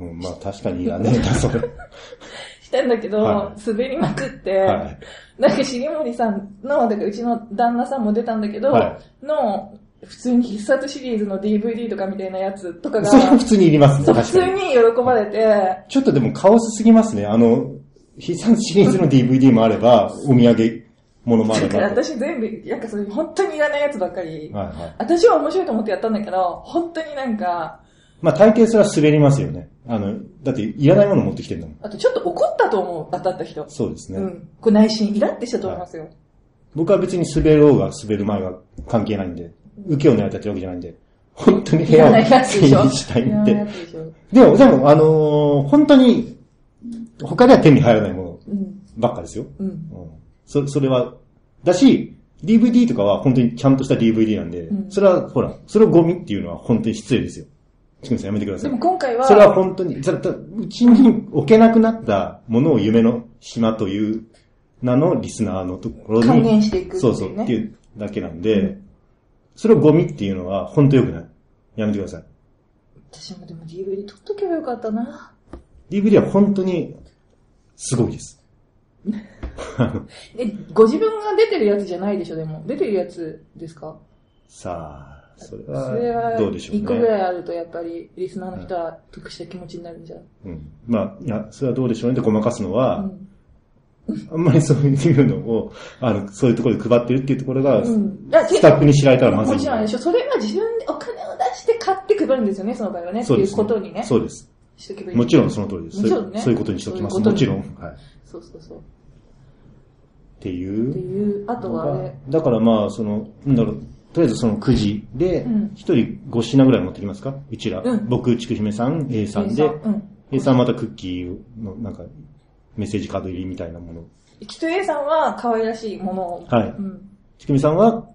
A: うん、まあ確かにいらねえな、それ。 <laughs>
B: したんだけど、
A: は
B: 滑りまくって、
A: はい。
B: なんか重森さんの、だからうちの旦那さんも出たんだけど、
A: は
B: の、普通に必殺シリーズの DVD とかみたいなやつとかが、
A: それは普
B: そう
A: 通にいりますね、
B: 普
A: 確
B: 通
A: かに。
B: に喜ばれて、
A: ちょっとでもカオスすぎますね。あの、必殺シリーズの DVD もあれば、お土産物もあれ
B: だ
A: ば。
B: か
A: は
B: ら
A: い
B: 私全部、なんかそれ本当にいらないやつばっかり、
A: はい。
B: 私は面白いと思ってやったんだけど、本当になんか、
A: まあ大抵それは滑りますよね。あの、だっていらないもの持ってきてるんだもん。
B: あとちょっと怒ったと思う、当たった人。
A: そうですね。
B: うん。これ内心イラってしたと思いますよ。
A: 僕は別に滑ろうが滑る前が関係ないんで、受けを狙ったってわけじゃないんで、本当に部
B: い
A: 屋
B: ら
A: を
B: ないやつでしょ。
A: 整理したいん
B: らな
A: で
B: や。つでしょ。
A: でも、でも、あのー本当に、他では手に入らないもの
B: うん。
A: ばっかですよ。
B: うん。
A: うん。そ、それは、だし、DVD とかは本当にちゃんとした DVD なんで、
B: うん
A: それは、ほら、それをゴミっていうのは本当に失礼ですよ。ちくんさんやめてくださ
B: で
A: い
B: も。今回は、
A: それは本当に、ただただうちに置けなくなったものを夢の島という名のリスナーのところに、
B: 還元していくっていうね
A: そうそうっていうだけなんで、
B: うん
A: それをゴミっていうのは本当良くない。やめてください。
B: 私もでも DVD 撮っとけばよかったな。
A: DVD は本当にすごいです。
B: え、ご自分が出てるやつじゃないでしょ、でも。出てるやつですか
A: さあ、それ
B: それ
A: は
B: は、
A: どうでしょうね。
B: 一個ぐらいあるとやっぱり、リスナーの人は得した気持ちになるんじゃん。
A: うん、まあ、いや、それはどうでしょうねってごまかすの
B: う
A: は、
B: ん。
A: あんまりそういうのを、あの、そういうところで配ってるっていうところが、
B: うん。だ
A: スタッフに知られたらまずい。
B: もちろんでしょ。それは自分でお金を出して買って配るんですよね、その場合はね。
A: そうで
B: ってい
A: す、
B: うことにね。
A: そうです。
B: しとけばいい。
A: もちろんその通りです。
B: もちろんね
A: そういうことにしておきます。
B: そういうこと
A: も
B: に
A: ちろん。はい。っ
B: そうそうそう。
A: て
B: って
A: いう。
B: いう、あとはあれ、
A: だからまあ、その、なんだろう、とりあえずそのくじで
B: うん、
A: 一人5品ぐらい持ってきますかうちら。
B: うん
A: 僕、ちくひめさん、A さんで、
B: うん。
A: A さんまたクッキーの、なんか、メッセージカード入りみたいなもの。
B: きっと A さんは可愛らしいものを。
A: はい
B: うん。
A: ちくみさんは、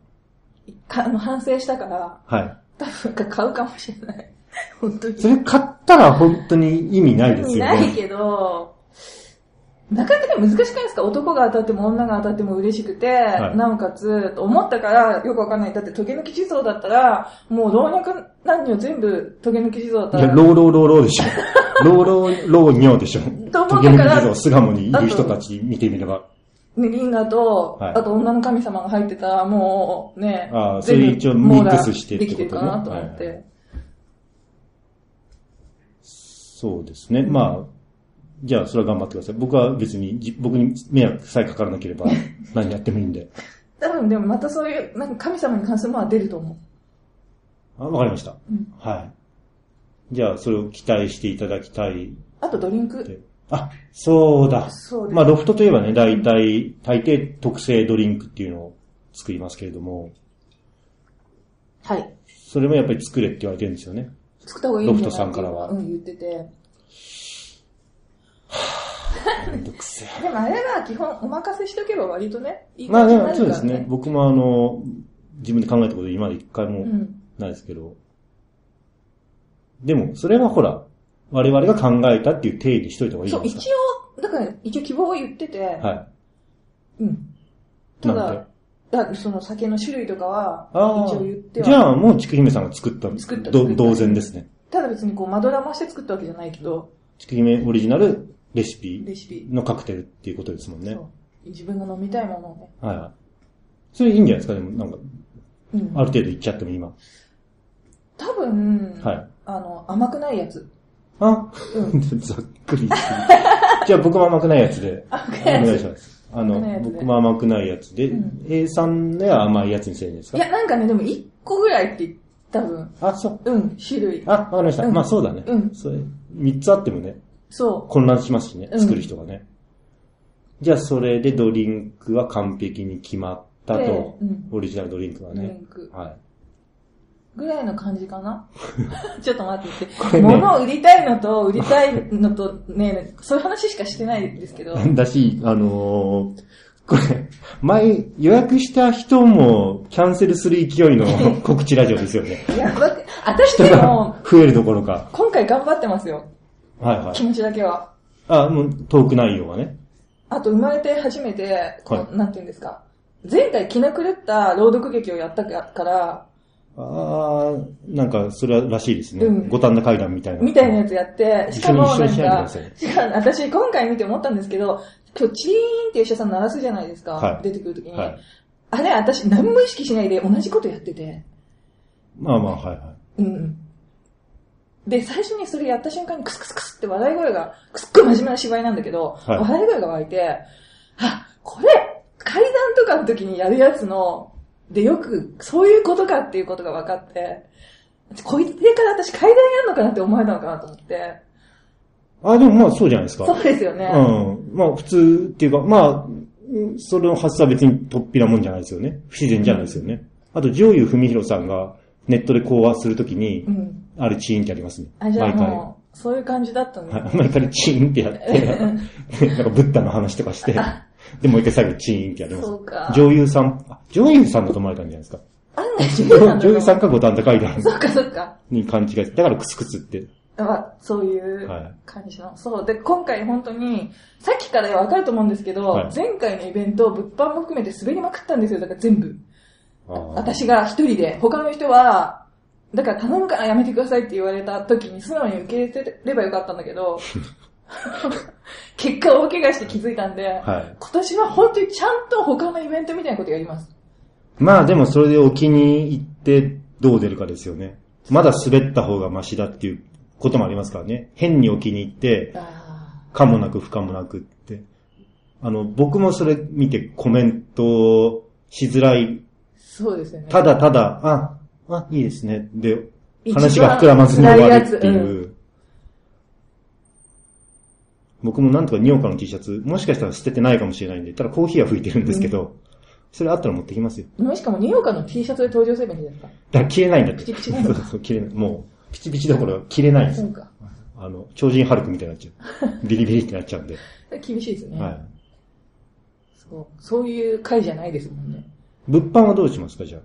B: かあの、反省したから、
A: は
B: 多分買うかもしれない。本当に
A: い。。それ買ったら本当に意味ないですよ
B: ない
A: ね。
B: けど、なかなかね難しくないですか男が当たっても女が当たっても嬉しくて、
A: い
B: なおかつ、と思ったからよくわかんない。だって、トゲ抜き地蔵だったら、もう老若男女全部トゲ抜き地蔵だった
A: い
B: ら
A: や、、ローローローローで
B: <laughs>
A: しょ。ローローローニョでしょ。
B: と思
A: ト
B: っ
A: ゲ
B: た
A: ムキ
B: か
A: 地
B: ら
A: 蔵、巣鴨にいる人たち見てみれば。
B: ね、リンガと、
A: はい
B: あと女の神様が入ってた、もうね、
A: ああ
B: 全部
A: それ一応
B: 網羅
A: ミックスしてって
B: で
A: こと
B: き
A: ね
B: てるかなと思っ
A: はいは
B: て。
A: そうですね。まあ、じゃあそれは頑張ってください。僕は別に、じ僕に迷惑さえかからなけ
B: <laughs>
A: れば何やってもいいんで。
B: 多分でもまたそういう、なんか神様に関するものは出ると思
A: あわかりました。
B: う。うん。
A: はい。じゃあそれを期待していただきたい
B: あとドリン
A: っ
B: ク。
A: て。あ、そうだ。
B: そうです
A: まあロフトといえばね、大体、大抵特製ドリンクっていうのを作りますけれども、
B: はい。
A: それもやっぱり作れって言われてるんですよね。
B: 作った方がいいんじ
A: ロ
B: ゃな
A: フ
B: い
A: トさんからは
B: っていうのうん、言ってて。
A: めんどくせえ。
B: でもあれは基本お任せしとけば割とね、い
A: <laughs>
B: い
A: まあ
B: 感じ
A: で
B: にな
A: も
B: る
A: そうで
B: から
A: す
B: ね。
A: ね。僕もあの、自分で考えたこと今まで一回も
B: うん。
A: ないですけど。でも、それはほら、我々が考えたっていう定義しといた方がいいじ
B: そ
A: ゃ
B: う、
A: ないです
B: 一応、だから一応希望を言ってて、
A: か。はい。
B: うん。た
A: なんで
B: だ、だその酒の種類とかは、
A: あ
B: 一応言って
A: あ。
B: は。
A: じゃあ、もう、ちくひめさんが作った、
B: 作った
A: ど
B: 作った
A: 同然ですね。
B: ただ別にこう、まどらまして作ったわけじゃないけど、
A: ちくひめオリジナルレシピ
B: レシピ。
A: のカクテルっていうことですもんね
B: そ。う自分が飲みたいものをね。
A: はいはい。それいいんじゃないですか、でも、なんか、
B: うん
A: ある。程度いっちゃっても今。
B: 多分、
A: はい
B: あの、甘くないやつ。
A: あ、
B: う
A: <laughs> ざっくり。じゃあ、僕も甘くないやつで。
B: 甘く
A: お
B: ない
A: 願
B: や
A: い
B: <laughs> つ。
A: し
B: い
A: ます。あの
B: 甘くないや、つで
A: 僕も甘くないやつで
B: うん
A: A さんでは甘いやつにするんですか
B: や、なんかね、でも一個ぐらいって、多分、
A: あ、そう。
B: うん、種類。
A: あ、わかりました。
B: うん
A: まあそうだね。
B: うん
A: それ、三つあってもね、
B: そ
A: 混乱しますしね、
B: うん
A: 作る人がね。じゃあそれでドリンクは完璧に決まったと
B: でうん、
A: オリジナルドリンクは
B: う。ドリ
A: ね
B: ン。ク。
A: はい。
B: ぐらいの感じ
A: <laughs>
B: かなちょっと待って
A: こ
B: っ
A: れ
B: て。
A: ね
B: 物を売りたいのと、売りたいのとね、そういう話しかしてないですけど。
A: だし、あのーこれ、前予約した人もキャンセルする勢
B: <laughs>
A: いの告知ラジオですよね。
B: いや、だって、私
A: 人
B: でも
A: が、 <laughs> 増えるどころか。
B: 今回頑張ってますよ。
A: はいはい
B: 気。持ちだけは。
A: あ、もうトーク内容はね。
B: あと、生まれて初めて、こうなんていうんですか。前回気の狂った朗読劇をやったから、
A: ああ、なんか、それはらしいですね。
B: うん
A: 五反田階段みたいな。
B: みたいなやつやって、しかも
A: 一緒に一緒
B: な
A: に
B: ん
A: しない
B: か
A: でくださ、
B: しかも私今回見て思ったんですけど、今日チーンっていう医者さん鳴らすじゃないですか、
A: はい
B: 出てくるときに、
A: はい。
B: あれ私何も意識しないで同じことやってて、
A: まあまあ、はいはい。
B: うん。で、最初にそれやった瞬間にクスクスクスって笑い声が、すっごい真面目な芝居なんだけど、
A: はい
B: 笑い声が湧いて、あ、これ、階段とかの時にやるやつの、で、よく、そういうことかっていうことが分かって、こいつから私階段やんのかなって思われたのかなと思って、
A: あ、でもまあ、そうじゃないですか。
B: そうですよね。
A: うん。まあ、普通っていうか、まあうん、その発想は別に突飛なもんじゃないですよね。不自然じゃないですよね。あと、上優文弘さんがネットで講話するときに
B: う、ん。
A: あれチーンってありますね。
B: あ、じゃあ
A: 毎回。は
B: もう、そういう感じだったんだ。
A: い毎回チーンってやって、なんかブッダの話とか
B: <laughs>
A: して、で、もう一回最後チーンってやりま
B: そ
A: す。
B: うか。
A: 女優さん、あ女優さんだと思われたんじゃないですか。
B: 案外自
A: <laughs>
B: 分なんだ
A: 女優さんか五反田階段
B: そっかそっか。
A: に勘違いしてだからクスクスって。
B: まあ、そういう
A: はい
B: 感じの。そう。で、今回本当に、さっきからわかると思うんですけど、
A: はい
B: 前回のイベント、物販も含めて滑りまくったんですよ。だから全部。
A: あー
B: 私が一人で、他の人は、だから頼むからやめてくださいって言われた時に素直に受け入れてればよかったんだ
A: <laughs>
B: けど、結果大怪我して気づいたんで、
A: はい。
B: 今年は本当にちゃんと他のイベントみたいなことやります。
A: まあでもそれでお気に入ってどう出るかですよね。まだ滑った方がマシだっていうこともありますからね。変にお気に入って、
B: あ
A: かもなく不可もなくって。あの、僕もそれ見てコメントしづらい。
B: ーそうですよね。
A: ただただ、あ、あ、いいですね。で、
B: 一番
A: 話が膨らまずに終わるってい
B: 辛いや
A: う。僕もなんとかニオカの T シャツ、もしかしたら捨ててないかもしれないんで、ただコーヒーは吹いてるんですけど、それあったら持ってきますよ。
B: もしかもニオカの T シャツで登場すればいいんじゃないですか。
A: だから切れないんだって。
B: ピチピチなの
A: そうそうそう、切れない。もう、ピチピチどころか切れないんです
B: そ
A: よ。
B: うか。
A: あの、超人ハルクみたいになっちゃ <laughs> う。ビリビリってなっちゃうんで。
B: 厳しいですね、
A: はい。
B: そう。そういう回じゃないですもんね。
A: 物販はどうしますか、じゃあ。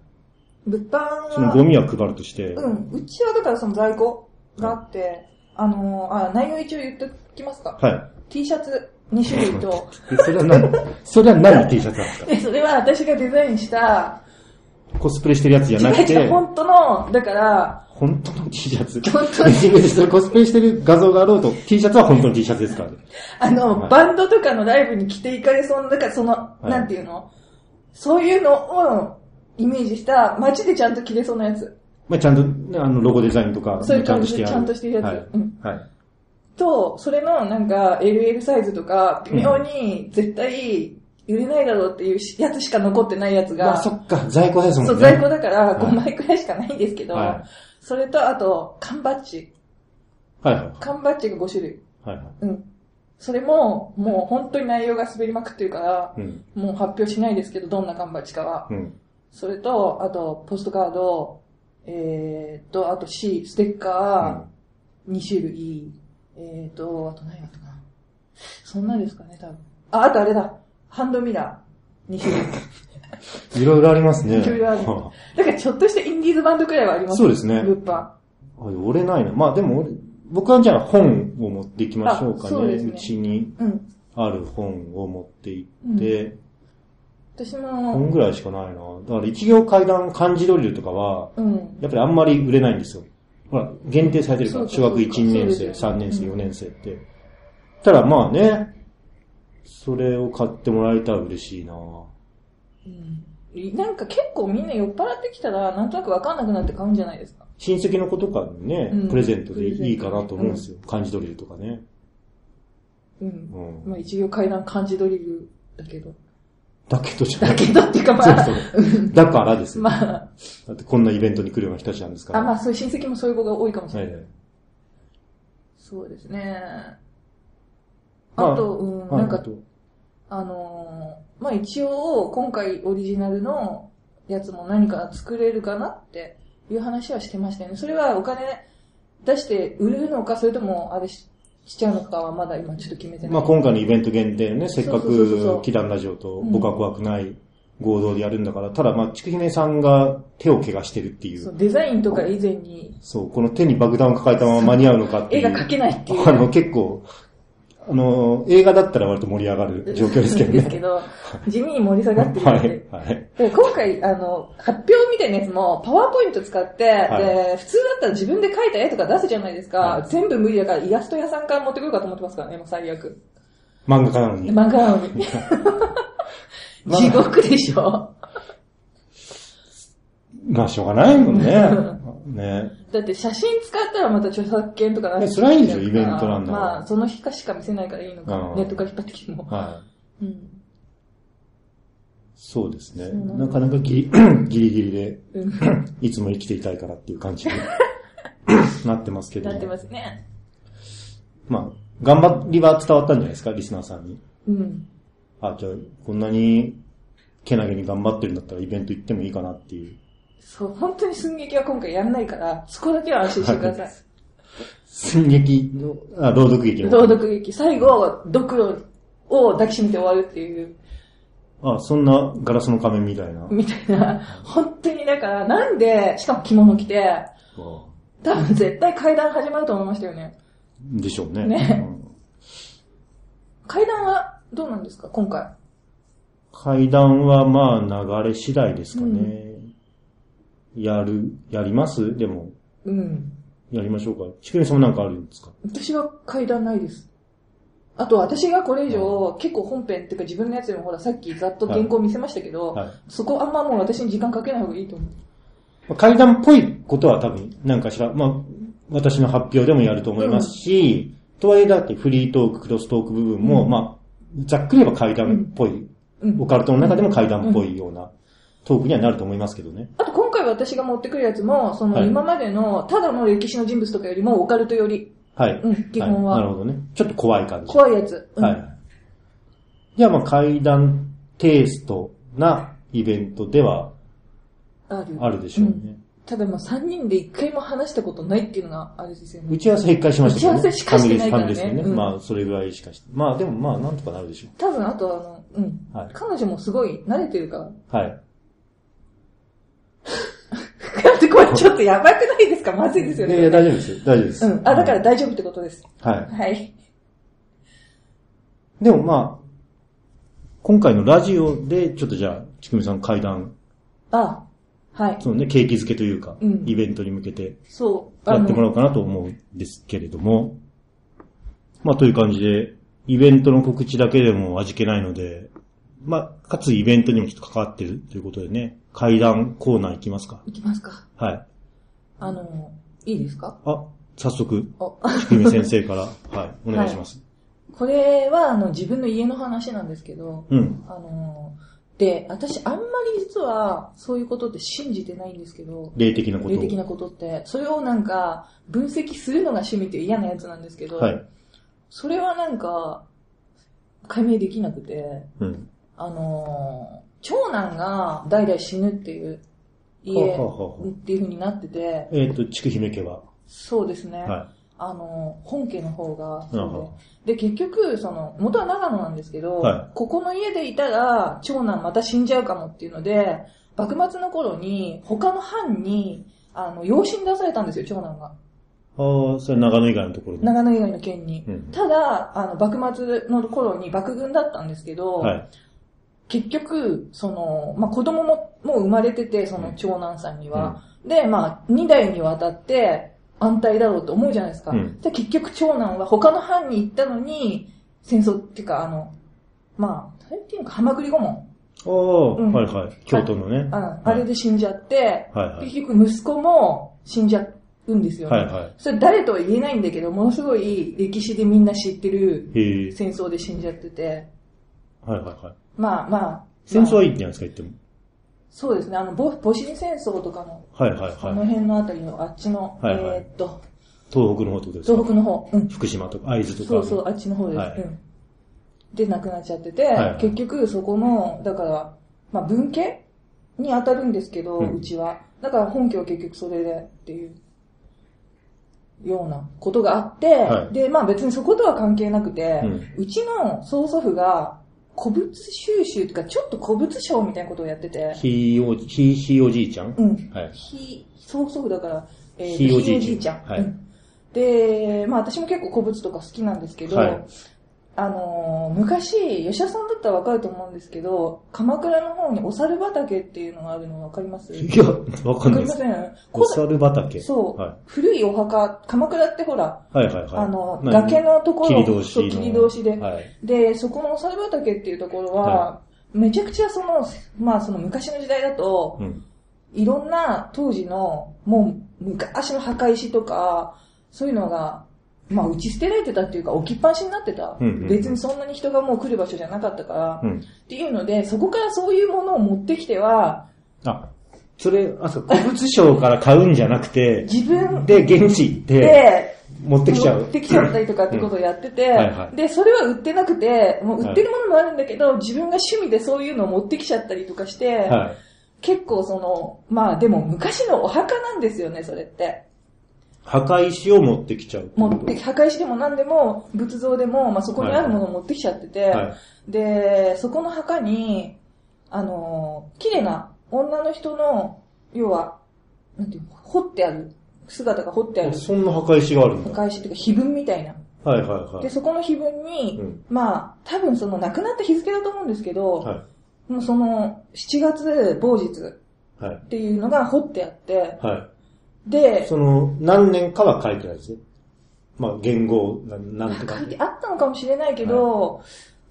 B: 物販は、
A: そのゴミは配るとして。
B: うん、うちはだからその在庫があって、あのーあ、内容一応言っときますか。
A: は
B: T シャツ2種類と、
A: い。でそれは何 <laughs> それは何の T シャツなんですか
B: でそれは私がデザインした、
A: コスプレしてるやつじゃ
B: 違う
A: なく
B: 違
A: て
B: う、、本当の、だから、
A: 本当の T シャツ。
B: 本当に
A: 別に別にそれコスプレしてる画像があろうと、T シャツは本当の T シャツですからね。
B: あの、
A: はい
B: バンドとかのライブに着ていかれそうな、だからその、
A: い
B: なんていうのそういうのをイメージした、街でちゃんと着れそうなやつ。
A: まあちゃんとね、あの、ロゴデザインとか、
B: そういう
A: ちゃん
B: 感
A: と
B: じ
A: し
B: で
A: てやる。
B: ちゃんとしてるやつ
A: はい
B: うん。
A: はい。
B: と、それのなんか LL サイズとか、微妙に絶対売れないだろうっていうしやつしか残ってないやつが、
A: まあそっか、在庫ですもんね。
B: そう在庫だから
A: はい
B: 5枚くらいしかないんですけど、
A: はい
B: それとあと、缶バッジ。
A: はいはい
B: 缶バッジが5種類。
A: はいは
B: うん。それも、もう本当に内容が滑りまくってるから、
A: い。うん。
B: もう発表しないですけど、どんな缶バッジかは。
A: うん。
B: それと、あと、ポストカード、えーっと、あと C、ステッカー、2種類。えーと、あと何やったかな。そんなですかね、多分。あ、あとあれだ。ハンドミラー。2種類。 <laughs>
A: いろいろありますね。
B: いろいろある
A: は
B: だからちょっとしたインディーズバンドくらいはあります
A: そうですね
B: 物販。
A: あ折れないな。まあでも俺、僕はじゃあ本を持っていきましょうか
B: あそう
A: ね。
B: ですね
A: うちに
B: うん。
A: ある本を持って行って、
B: 私
A: 本
B: も、
A: ぐらいしかないな。だから一行階段漢字ドリルとかは、
B: うん。
A: やっぱりあんまり売れないんですよ。ほら、限定されてるから、
B: そ
A: 小
B: うか
A: 学1年
B: そう
A: 生、
B: ですよ
A: 3年生、
B: うん
A: 4年生って。ただまあね、それを買ってもらえたら嬉しいな
B: うん。なんか結構みんな酔っ払ってきたら、なんとなくわかんなくなって買うんじゃないですか。
A: 親戚の子とかにね、
B: うん
A: プレゼントでいいかなと思うんですよ。漢字ドリルとかね。
B: うん。
A: うん
B: まあ一行階段漢字ドリルだけど。 <laughs>
A: だけどじゃな
B: だ
A: い。
B: けどっていうかま
A: <laughs>
B: あ
A: そ、うそう。だからですよ。
B: まあ、
A: だってこんなイベントに来るような人たちなんですから。
B: あ、まあそういう親戚もそういう子が多いかもしれ
A: は
B: ないい。
A: はい。
B: そうですね。
A: まあ
B: あと、うん、
A: はい
B: なんか
A: あと
B: あのーまあ一応、今回オリジナルのやつも何か作れるかなっていう話はしてましたよね。それはお金出して売れるのか、それともあれししちゃうのかはまだ今ちょっと決めてない。
A: まあ今回のイベント限定ね、せっか
B: そうそうそうそう
A: く、キランラジオと僕は怖くない合同でやるんだから、ただまあ、ちくひめさんが手を怪我してるってい、
B: そううデザインとか以前に
A: そう、この手に爆弾を抱えたまま間に合うのかってい
B: 絵
A: う。
B: が描けないっていう。
A: あの、結構、あの、映画だったら割と盛り上がる状況ですけど
B: です <laughs> け
A: ね。
B: ど地味に盛り下がってる
A: は
B: ので。
A: い、はい。
B: で今回、あの、発表みたいなやつも、パワーポイント使って、
A: い
B: で、普通だったら自分で描いた絵とか出すじゃないですか。
A: はい
B: 全部無理だから、イラスト屋さんから持ってくるかと思ってますからね、もう最悪。
A: 漫画家なのに。
B: 漫画なのに。
A: <laughs> まあ
B: 地獄でしょ。
A: まあ、しょうがないもん
B: <laughs>
A: ね。ね。
B: だって写真使ったらまた著作権とかなる
A: ねそれはいいんですよイベントなんだから
B: まあ、その日かしか見せないからいいのか
A: う。ん
B: ネットから引っ張ってきても。
A: はい。
B: うん。
A: そうですね。
B: そうなんだ
A: なかなかギリ <clears throat> ギリギリで、
B: うん。
A: いつも生きていたいからっていう
B: <laughs>
A: 感じになってますけど、。
B: なってますすね。
A: まあ、頑張りは伝わったんじゃないですか、リスナーさんに。
B: うん。
A: あ、じゃあ、こんなに、けなげに頑張ってるんだったらイベント行ってもいいかなっていう。
B: そう、本当に寸劇は今回やんないから、そこだけは安心してください。
A: 寸劇の、あ、朗読劇の。
B: 朗読劇、最後、ドクロを抱きしめて終わるっていう、
A: あ、そんなガラスの仮面みたいな。
B: みたいな、本当にだから、なんで、しかも着物着て、多分絶対階段始まると思いましたよね。
A: でしょうね。
B: ね
A: うん
B: 階段はどうなんですか、今回。
A: 階段はまあ流れ次第ですかね。やる、やりますでも、
B: うん。
A: やりましょうか。ちくみさんもなんかあるんですか
B: 私は階段ないです。あと私がこれ以上、結構本編っていうか自分のやつでもほらさっきざっと原稿見せましたけど、
A: はい。
B: そこあんまもう私に時間かけない方がいいと思う。
A: まあ階段っぽいことは多分、なんかしら、まあ、私の発表でもやると思いますし、とはいえだってフリートーク、クロストーク部分も、まあ、ざっくり言えば階段っぽい、
B: うん
A: オカルトの中でも階段っぽいようなトークにはなると思いますけどね。
B: あと今回私が持ってくるやつも、その
A: はい
B: 今までのただの歴史の人物とかよりもオカルトより、
A: はい。
B: うん基本は
A: はいなるほどね。ちょっと怖い感じ。
B: 怖いやつ。うん
A: はい。じゃあまあ階段テイストなイベントでは
B: ある。
A: あるでしょうね。
B: んただまあ3人で1回も話したことないっていうのがあれですよ
A: 打
B: ね。
A: ち合わせ一回しましたけどね。
B: 打ち合わせしかしてないから
A: ファミレ
B: ね
A: スファミレスで
B: うん
A: まあそれぐらいしかして。まあでもまあなんとかなるでしょ
B: 多分あとあの、うん。
A: はい
B: 彼女もすごい慣れてるから。 <laughs>
A: う。はい。
B: だってこれちょっとやばくないですかまずいですよ
A: いやいや
B: ね。
A: 大丈夫ですよ。大丈夫です。
B: うん。あ、だから大丈夫ってことです。
A: ら。はい。
B: はい。
A: でもまあ、今回のラジオでちょっとじゃあ、ちくみさん階段、
B: あ、はい。
A: そのね、景気づけというか、
B: うん
A: イベントに向けて
B: そう。
A: やってもら
B: う。
A: おうかなと思うんですけれども、まあという感じで、イベントの告知だけでも味気ないので、まあ、かつイベントにもちょっと関わってるということでね、階段コーナー行きますか。
B: いきますか。
A: はい。
B: あの、いいですか
A: あ、早速、
B: お
A: ちくみ先生から、はい、お願いします。
B: これは、あの、自分の家の話なんですけど、
A: うん。
B: あの、で、私、あんまり実は、そういうことって信じてないんですけど、
A: 霊的なことを。
B: 霊的なことって、それをなんか、分析するのが趣味っていう嫌なやつなんですけど、
A: はい。
B: それはなんか、解明できなくて、
A: うん。
B: あのー長男が代々死ぬっていう家
A: ほうほうほうほう
B: っていう風になってて、
A: えっ、と、ちくひめ家は、
B: そうですね、
A: は
B: あのー本家の方が
A: い。
B: そうで、で、結局、その、元は長野なんですけど、
A: は
B: ここの家でいたら、長男また死んじゃうかもっていうので、幕末の頃に、他の藩に、あの、養子に出されたんですよ、長男が。
A: ああ、それ長野以外のところに。
B: 長野以外の県に。
A: うん。
B: ただ、あの、幕末の頃に幕軍だったんですけど、
A: はい。
B: 結局、その、まあ、子供も、もう生まれてて、その長男さんには。で、まあ、2代にわたって安泰だろうと思うじゃないですか。
A: うん
B: で結局長男は他の藩に行ったのに、戦争っていうか、あの、まあ、なんていうのか、浜栗顧問。
A: ああ、
B: うん
A: はいはい。京都のね。
B: あ
A: は
B: あれで死んじゃって、
A: いはい。
B: 結局息子も死んじゃうんですよね。
A: はいは
B: それ誰とは言えないんだけど、ものすごい歴史でみんな知ってる
A: い。へえ。
B: 戦争で死んじゃってて、
A: はいはいはい。
B: まあまあ、
A: 戦争
B: まあ
A: はいいんじゃないですか、言っても。
B: そうですね、あの、ボボシニ戦争とかも
A: はいはい
B: この
A: はい。
B: 辺のあたりの、あっちの、
A: はいはい
B: えーっと、
A: 東北の方ってことです
B: 東
A: か
B: 北の方、うん。
A: 福島とか会津とか。
B: そうそう、あっちの方です。
A: はい
B: うん。で、亡くなっちゃってて、
A: いはい
B: 結局そこの、だから、まあ文系に当たるんですけど、
A: うん
B: うちは。だから本家は結局それでっていうようなことがあって、
A: はい
B: で、まあ別にそことは関係なくて、
A: う
B: うんちの曾祖父が古物収集とか、ちょっと古物商みたいなことをやってて、
A: ひいおじ、ひいひいおじいちゃん、
B: うん。
A: はい。
B: ひ、曽祖父だから、えー
A: ひいおじいちゃんはい
B: うんで、まあ私も結構古物とか好きなんですけど、
A: はい
B: あのー昔、吉田さんだったらわかると思うんですけど、鎌倉の方にお猿畑っていうのがあるのわかります
A: いや、わか
B: わ
A: ん
B: か
A: ないで。
B: りますせんこ
A: お猿畑。
B: そう、
A: は
B: 古いお墓、鎌倉ってほら、
A: い。はいはいはい。
B: あの、
A: 何
B: 崖のとこ
A: 切
B: ろ、
A: り通し
B: そ
A: の。
B: う切り通しで、
A: はい。
B: で、そこのお猿畑っていうところは、
A: は
B: めちゃくちゃその、まあその昔の時代だと、
A: うん。
B: いろんな当時の、もう昔の墓石とか、そういうのが、まあ打ち捨てられてたっていうか置きっぱなしになってた。
A: うんうんうん
B: 別にそんなに人がもう来る場所じゃなかったから、
A: うん。
B: っていうので、そこからそういうものを持ってきては、
A: あ、それ、あ、そう、古物商から買うんじゃなくて、
B: 自分
A: で、現地行って、
B: で、
A: 持ってきちゃう。
B: 持ってきちゃったりとかってことをやってて、
A: んはいはい
B: で、それは売ってなくて、もう売ってるものもあるんだけど、自分が趣味でそういうのを持ってきちゃったりとかして、
A: はい。
B: 結構その、まあでも昔のお墓なんですよね、それって。
A: 墓石を持ってきちゃう。
B: 持って、墓石でも何でも、仏像でも、まあそこにあるものを持ってきちゃってて、
A: はい。
B: で、そこの墓に、あの、綺麗な女の人の、要は、なんていうの、掘ってある、姿が掘ってあ
A: あ
B: る、
A: そんな墓石があるんだ。
B: 墓石っていうか碑文みたいな。
A: はいはいは
B: で、
A: い。
B: そこの碑文に、
A: うん
B: まあ、多分その亡くなった日付だと思うんですけど、
A: は
B: もうその、7月某日っ
A: い。はい。
B: ていうのが掘ってあって、
A: は
B: で
A: い。、その、何年かは書いてないですね。まあ、言語、ななんとか
B: 書。いてあったのかもしれないけど、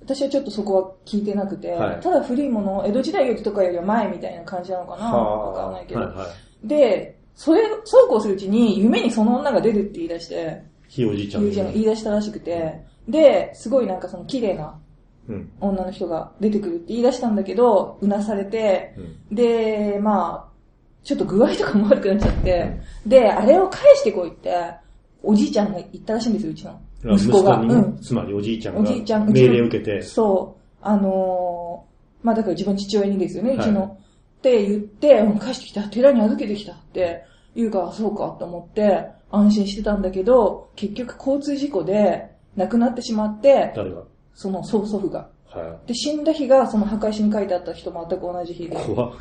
B: 私はちょっとそこは聞いてなくて、
A: はい
B: ただ古いもの、江戸時代よりとかよりは前みたいな感じなのかなわかんないけど。
A: はいはい。
B: で、それ、そうこうするうちに夢にその女が出るって言い出して、
A: ひいおじいちゃん
B: 友
A: で
B: 人
A: す
B: が
A: ね。
B: 言い出したらしくて、で、すごいなんかその綺麗な
A: うん。
B: 女の人が出てくるって言い出したんだけど、うなされて、
A: うん
B: で、まあ、ちょっと具合とかも悪くなっちゃって、で、あれを返してこいって、おじいちゃんが言ったらしいんですよ、うちの。息
A: 息
B: 子
A: 子
B: が。
A: が、
B: う
A: ね
B: ん。
A: つまりおじいちゃ
B: おじ
A: ん
B: いちゃ
A: が
B: ん、うち
A: 命
B: の
A: 令を受けて、
B: そう。あのーまあだから自分の父親にですよね、
A: はいう
B: ちの。って言って、うん返してきた、寺に預けてきたって言うから、そうかと思って、安心してたんだけど、結局交通事故で亡くなってしまって、
A: 誰が、
B: その曽祖父が。
A: は
B: で、死んだ日がその墓石に書いてあった人全く同じ日
A: い。
B: で。
A: 怖っ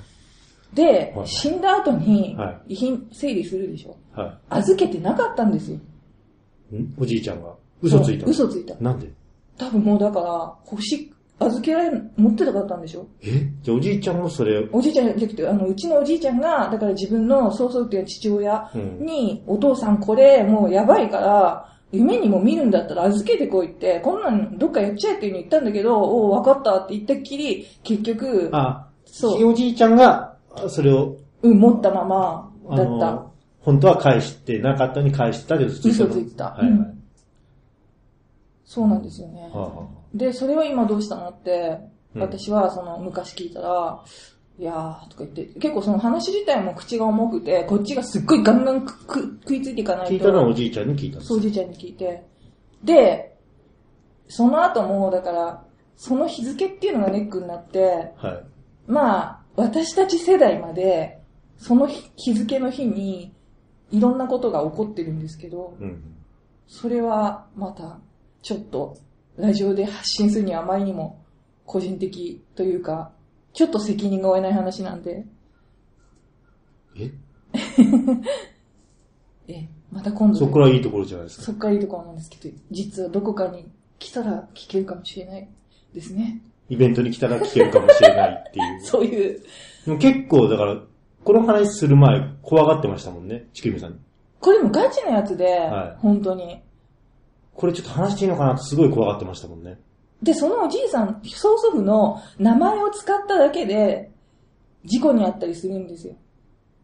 B: で、
A: はい
B: 死んだ後に
A: は
B: 遺品整理するでしょ。
A: は
B: 預けてなかったんですよ。
A: い。んおじいちゃんが、嘘ついた
B: そう嘘ついた。
A: なんで
B: 多分もうだから、欲し、預けられん、持ってなかったんでしょ。
A: えじゃあおじいちゃんもそれ、
B: おじいちゃんじゃなくて、あの、うちのおじいちゃんが、だから自分の曽祖父っていう父親
A: うん。
B: に、お父さんこれもうやばいから、夢にも見るんだったら預けてこいって、こんなんどっかやっちゃえっていうふうに言ったんだけど、おう、わかったって言ったっきり、結局、
A: あ、
B: そう
A: ひいおじいちゃんが、あそれを、
B: うん、持ったまま
A: あ
B: だった。
A: の、本当は返してなかったのに返してたけど、
B: 嘘ついてた
A: はいはい。
B: うんそうなんですよね。
A: はあは
B: で、それは今どうしたのって、
A: うん
B: 私はその昔聞いたら、いやーとか言って、結構その話自体も口が重くて、こっちがすっごいガンガンくく食いついていかな
A: あ
B: いと。
A: 聞いたのはおじいちゃんに聞いたんです
B: そうおじいちゃんに聞いて。で、その後も、だから、その日付っていうのがネックになって、
A: はい。
B: まあ、私たち世代まで、その日日付の日に、いろんなことが起こってるんですけど、
A: うん。
B: それはまた、ちょっと、ラジオで発信するにはあまりにも、個人的というか、ちょっと責任が負えない話なんで、
A: え
B: え、また今度
A: そこからいいところじゃないですか。
B: そっからいいところなんですけど、実はどこかに来たら聞けるかもしれないですね。
A: イベントに来たら聞けるかもしれないっていう。
B: そういう、
A: でも結構、だから、この話する前、怖がってましたもんね、ちくみさん。
B: これもガチなやつで、
A: はい
B: 本当に。
A: これちょっと話していいのかなってすごい怖がってましたもんね。
B: で、そのおじいさん、曽祖父の名前を使っただけで、事故にあったりするんですよ。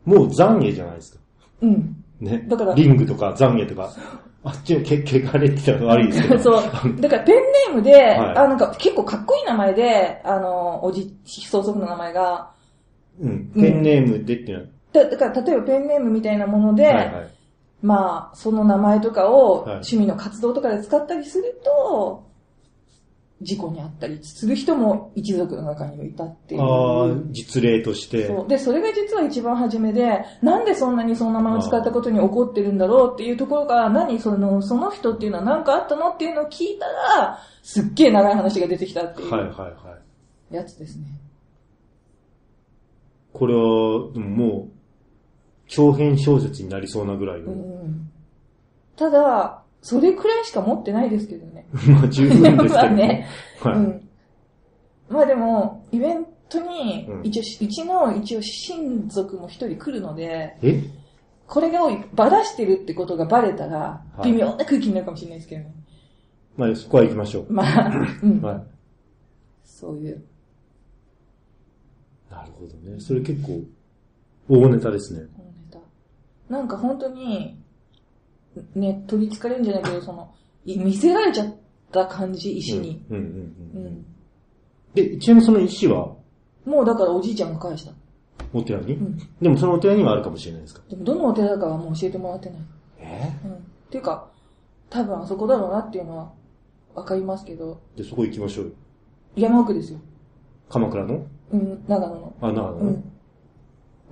A: もう懺悔じゃないですか。
B: うん。
A: ね。
B: だから
A: リングとか懺悔とか、あっちのけ、けがれって言ったら悪いですけど。
B: そう。だからペンネームで、
A: はい
B: あ、なんか結構かっこいい名前で、あの、おじ、曽祖父の名前が、
A: うん。ペンネームでっていうのは、
B: だだから例えばペンネームみたいなもので、
A: はいはい。
B: まあ、その名前とかを
A: はい
B: 趣味の活動とかで使ったりすると、事故にあったりする人も一族の中にはいたっていう。
A: ああ、実例として。
B: そう。で、それが実は一番初めで、なんでそんなにその名前を使ったことに怒ってるんだろうっていうところが、何その、その人っていうのは何かあったのっていうのを聞いたら、すっげえ長い話が出てきたってい
A: はいうはいはい。
B: やつですね。
A: これは、でももう、長編小説になりそうなぐらいの。
B: うん。ただ、それくらいしか持ってないですけどね。
A: <laughs> まあ十分ですけど
B: <laughs> まあね。
A: はい。
B: うん。まあでも、イベントに
A: う、ん
B: 一応し、うちの一応親族も一人来るので、
A: え
B: これがバラしてるってことがバレたら、
A: はい
B: 微妙な空気になるかもしれないですけどね。
A: まあそこは行きましょ
B: まあ、
A: <laughs>
B: うん
A: う。。は
B: そういう。
A: い。なるほどね。それ結構、大ネタですね。
B: このネタ。なんか本当に、ね、取り憑かれるんじゃないけど、その、い見せられちゃった感じ、石に。
A: うん。うん
B: う
A: うんうん。
B: ん。
A: で、ちなみにその石は
B: もうだからおじいちゃんが返した。
A: お寺に、
B: うん。
A: でもそのお寺にはあるかもしれないですか
B: でもどのお寺だかはもう教えてもらってない。
A: え
B: うん。っていうか、多分あそこだろうなっていうのはわかりますけど、
A: で、そこ行きましょうよ。
B: 山奥ですよ。
A: 鎌倉の
B: うん、長野の。
A: あ、長野
B: う
A: の、
B: ん。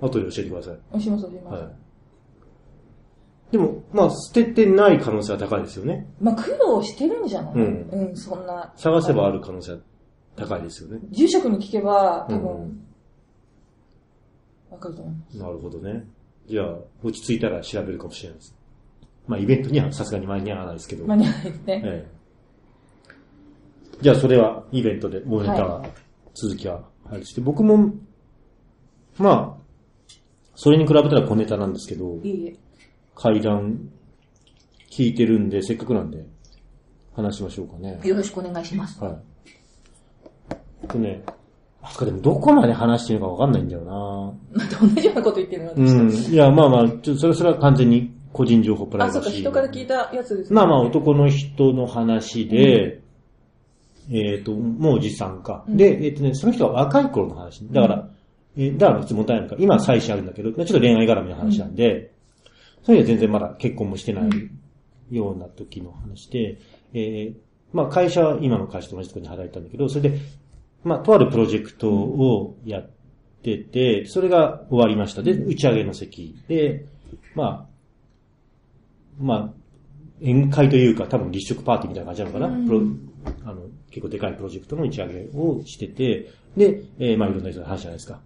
A: 後で教えてください。
B: おしますおします。
A: はい。でも、まあ、捨ててない可能性は高いですよね。
B: まあ苦労してるんじゃない、
A: うん
B: うん、そんな。
A: 探せばある可能性は高いですよね。
B: 住職に聞けば、
A: う
B: 多
A: ん
B: 分、。わかると思う。
A: なるほどね。じゃあ、落ち着いたら調べるかもしれないです。まあ、イベントにはさすがに間に合わないですけど。
B: 間に合わないですね。
A: ええ、じゃあ、それはイベントで、もうネタは、
B: はい
A: 続きはあれして、僕も、まあ、それに比べたら小ネタなんですけど、
B: いいえ。
A: 階段聞いてるんで、せっかくなんで、話しましょうかね。
B: よろしくお願いします。 <laughs>
A: はい。とね、あそこでもどこまで話してるのかわかんないんだよな
B: また同じようなこと言ってるの
A: う
B: 私。
A: ん。いや、まあまあ、ちょそれそれは完全に個人情報プライ
B: あ、
A: バシ
B: そ
A: ー
B: うか、。人から聞いたやつですね。
A: まあまあ、男の人の話で、えっ、と、もうおじさんか。
B: うん
A: で、えっ、とね、その人は若い頃の話。だから、えーだから別にもったいないのか。今は妻子あるんだけど、ちょっと恋愛絡みの話なんで、それは全然まだ結婚もしてないような時の話で、えーまあ会社は今の会社と同じところに働いたんだけど、それで、まあとあるプロジェクトをやってて、それが終わりました。で、打ち上げの席で、まあ、まあ、宴会というか多分立食パーティーみたいな感じなのかな、
B: うん
A: プロあの、結構でかいプロジェクトの打ち上げをしてて、で、えーまあいろんな人の話じゃないですか。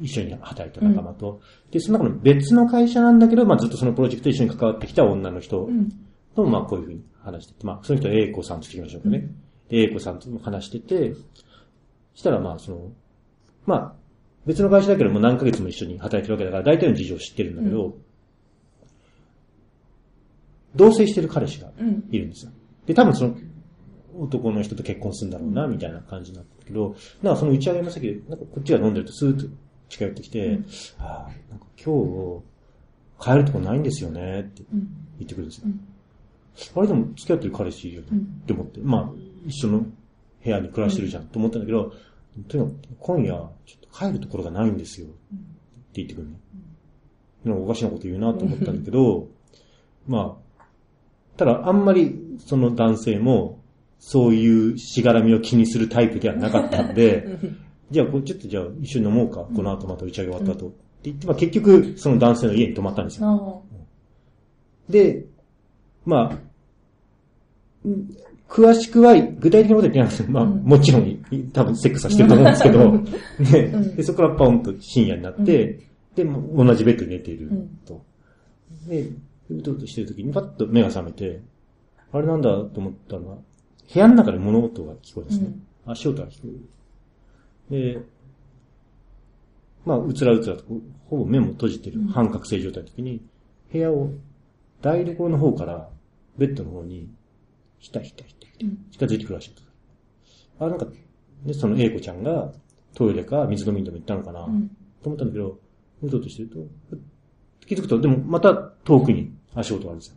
A: 一緒に働いた仲間と。で、その中の別の会社なんだけど、まあずっとそのプロジェクトに一緒に関わってきた女の人
B: うん。
A: と、まあこういうふうに話してて、まあその人は A 子さんと聞きましょうかね。で A 子さんとも話してて、したらまあその、まあ別の会社だけどもう何ヶ月も一緒に働いてるわけだから大体の事情を知ってるんだけど、同棲してる彼氏が
B: うん。
A: いるんですよ。で、多分その男の人と結婚するんだろうな、みたいな感じなんだけど、なんかその打ち上げの席で、なんかこっちが飲んでるとスーッと近寄ってきて、
B: うん
A: ああ、なんか今日、帰るとこないんですよね、って
B: うん。
A: 言ってくるんですよ。
B: うん
A: あれでも付き合ってる彼氏いるよね、
B: うん
A: って思って、まあ、一緒の部屋に暮らしてるじゃんと思ったんだけど、とにかく今夜、ちょっと帰るところがないんですよ、って言ってくるね。なんかおかしなこと言うなと思ったんだけど、 <laughs> まあ、ただあんまりその男性も、そういうしがらみを気にするタイプではなかったんで、じゃあ、こうちょっとじゃあ一緒に飲もうか、この後また打ち上げ終わった後。って言って、まあ結局、その男性の家に泊まったんですよ。
B: ああ。
A: で、まあ、ん詳しくは、具体的なことは言ってないんですよ。まあ、
B: うん
A: もちろんい、多分セックスはしてると思うんですけど、 <laughs> ね
B: うん
A: でそこからポンと深夜になって、で、もう同じベッドに寝ていると。で、うとうとしてる時にパッと目が覚めて、あれなんだと思ったのは、部屋の中で物音が聞こえるんですね。足音が聞こえる。で、まあ、うつらうつらと、ほぼ目も閉じてる、
B: うん
A: 半覚醒状態の時に、部屋を、台所の方から、ベッドの方に、ひたひたひたひ
B: うん
A: た、近づいてくるらしいんです。あ、なんか、で、その英子ちゃんが、トイレか水飲みにでも行ったのかな、
B: うん。
A: と思ったんだけど、うとうとしてると、気づくと、でもまた遠くに足音があるんですよ。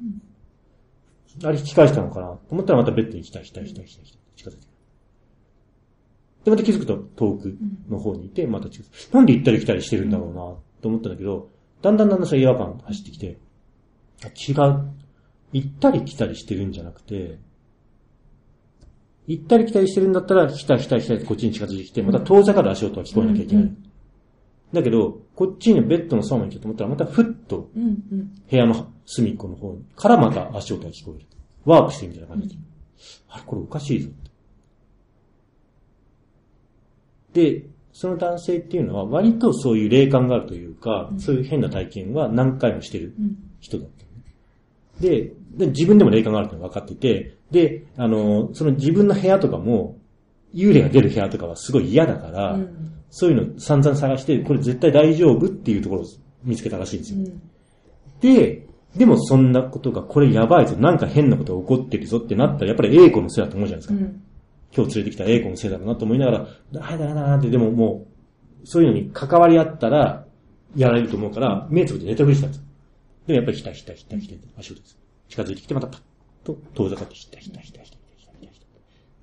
A: あれ引き返したのかなと思ったらまたベッドに来た、来た、来た、来た、来た、近づいてくる。で、また気づくと遠くの方にいて、また近づいてなんで行ったり来たりしてるんだろうなと思ったんだけど、だんだんだんだんそれ違和感走ってきて、あ違う。行ったり来たりしてるんじゃなくて、行ったり来たりしてるんだったら、来た来た来たってこっちに近づいてきて、また遠ざかる足音は聞こえなきゃいけない。
B: うんう
A: だけど、こっちにベッドのそばに行こうと思ったら、またふっと
B: うんうん。
A: 部屋の隅っこの方からまた足音が聞こえる。ワープしてみたいな感じで。あれ、これおかしいぞって。で、その男性っていうのは割とそういう霊感があるというか、そういう変な体験は何回もしてる
B: うん
A: 人だったのね、で、で自分でも霊感があるっていうのが分かってて、で、あの、その自分の部屋とかも、幽霊が出る部屋とかはすごい嫌だから、
B: うん
A: そういうの散々探して、これ絶対大丈夫っていうところを見つけたらしいんですよ。
B: うん
A: で、でもそんなことが、これやばいぞ、なんか変なことが起こってるぞってなったら、やっぱり A 子のせいだと思うじゃないです
B: う
A: か。
B: ん
A: 今日連れてきた A 子のせいだろうなと思いながら、あれだなあって、でももう、そういうのに関わり合ったら、やられると思うから、目つぶって寝たふりしたんですよ。でもやっぱりひたひたひたひた、足音です。近づいてきて、またパッと遠ざかって、ひたひたひたひたひたひたひたひ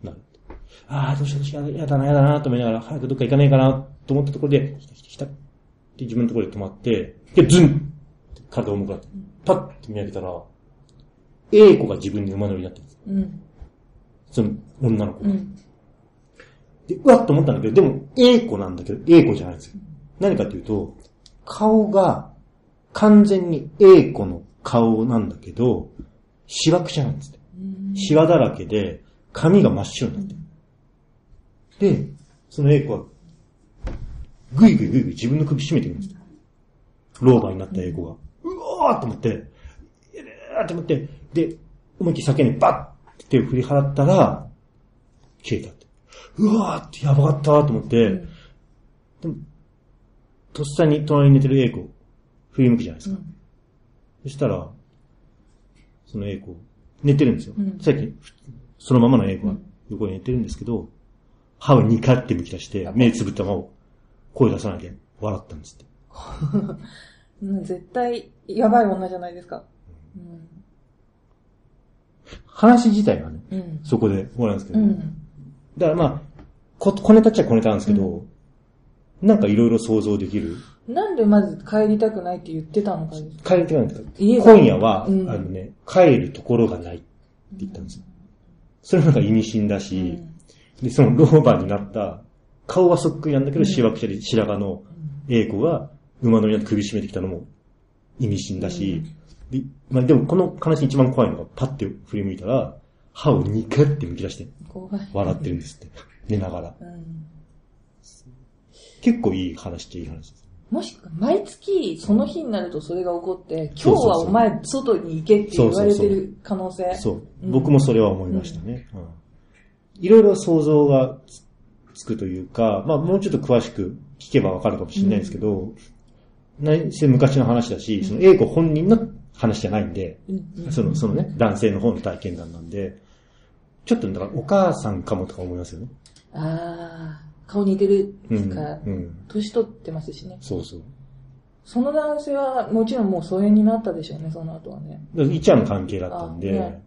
A: た。なる。ああ、どうしようどうしよう、やだな、やだなと思いながら、早くどっか行かねえかなと思ったところで、ひたひたひたって自分のところで止まって、で、ズンって体を重くなって、パッて見上げたら、A 子が自分に馬乗りになってるんです。
B: うん
A: その女の子が。
B: うん
A: で、うわっと思ったんだけど、でも A 子なんだけど、A 子じゃないんですよ。何かというと、顔が完全に A 子の顔なんだけど、しわくちゃなんですね。
B: うん
A: シワだらけで、髪が真っ白になってる。で、その A 子は、ぐいぐいぐいぐい自分の首絞めてくるんですよ。老婆になった A 子が。うおーっと思って、いやーって思って、で、思いっきり叫んでバッって手を振り払ったら、消えたって。うわーってやばかったーと思って、
B: ん
A: でも、とっさに隣に寝てる A 子、振り向くじゃないですか。
B: うん
A: そしたら、その A 子、寝てるんですよ。
B: うん
A: さっき、そのままの A 子が横に寝てるんですけど、歯をニカってむき出して、目つぶったまま声出さないで笑ったんですって。
B: うん絶対、やばい女じゃないですか。うん
A: 話自体はね、
B: うん
A: そこで終わるんですけ
B: う
A: ど、
B: ん
A: だからまあ、こ、小ネタっちゃ小ネタなんですけど、なんかいろいろ想像できる。
B: なんでまず帰りたくないって言ってたのかです
A: 帰りたくないんですか
B: 家が
A: 今夜は、
B: うん
A: あのね、帰るところがないって言ったんですよ。それもなんか意味深だし、
B: うん
A: で、そのローバーになった、顔はそっくりなんだけど、しわくちゃで白髪の英子が馬乗りになって首絞めてきたのも意味深だし、でまあ、でもこの話に一番怖いのが、パッて振り向いたら、歯をニカって剥き出して
B: 怖い。
A: 笑ってるんです <laughs> って。寝ながら。
B: うん
A: 結構いい話っちゃいい話です。
B: もしくは、毎月、その日になるとそれが起こって、
A: そ
B: 今
A: う
B: 日
A: そう
B: は
A: そう
B: お前、外に行けって言われて
A: そうそう
B: る可能性。
A: そう。
B: うん
A: 僕もそれは思いましたね。うんいろいろ想像がつつくというか、まあもうちょっと詳しく聞けばわかるかもしれないですけど、何せ昔の話だし、その A 子本人の話じゃないんで、
B: うんうん
A: その、そのね、男性の方の体験談なんで、ちょっとだからお母さんかもとか思いますよね。
B: ああ、顔似てる
A: う
B: って
A: ん。
B: か、
A: うん。
B: 年取ってますしね。
A: そうそう。
B: その男性は、もちろんもう疎遠になったでしょうね、その後はね。
A: だから一夜の関係だったんで、
B: あね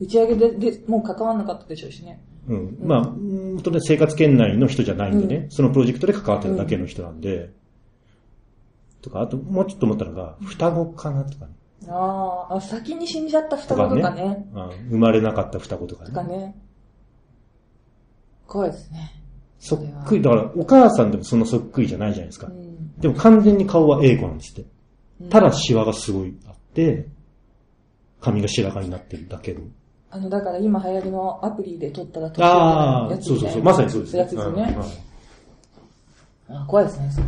B: 打ち上げで、で、もう関わんなかったでしょうしね。
A: うん。うんまあ、うーんとね、生活圏内の人じゃないんでね、
B: う
A: そのプロジェクトで関わってるだけの人なんで、とか、あと、もうちょっと思ったのが、双子かなとかね。
B: あーあ、先に死んじゃった双子とかね。
A: あ生まれなかった双子とか
B: と
A: ね。
B: かね。怖いですね。
A: そっくり、だから、お母さんでもそんなそっくりじゃないじゃないですか。
B: うん。
A: でも完全に顔は A 子なんですって。
B: うん
A: ただシワがすごいあって、髪が白髪になってるだけど。
B: あの、だから今流行りのアプリで撮ったら撮った
A: あ
B: や
A: あ、
B: つ
A: そう
B: み
A: そう
B: たい
A: そう、
B: な
A: まさにそうです
B: やつですよね
A: うん。うん
B: あ怖いですね、それ。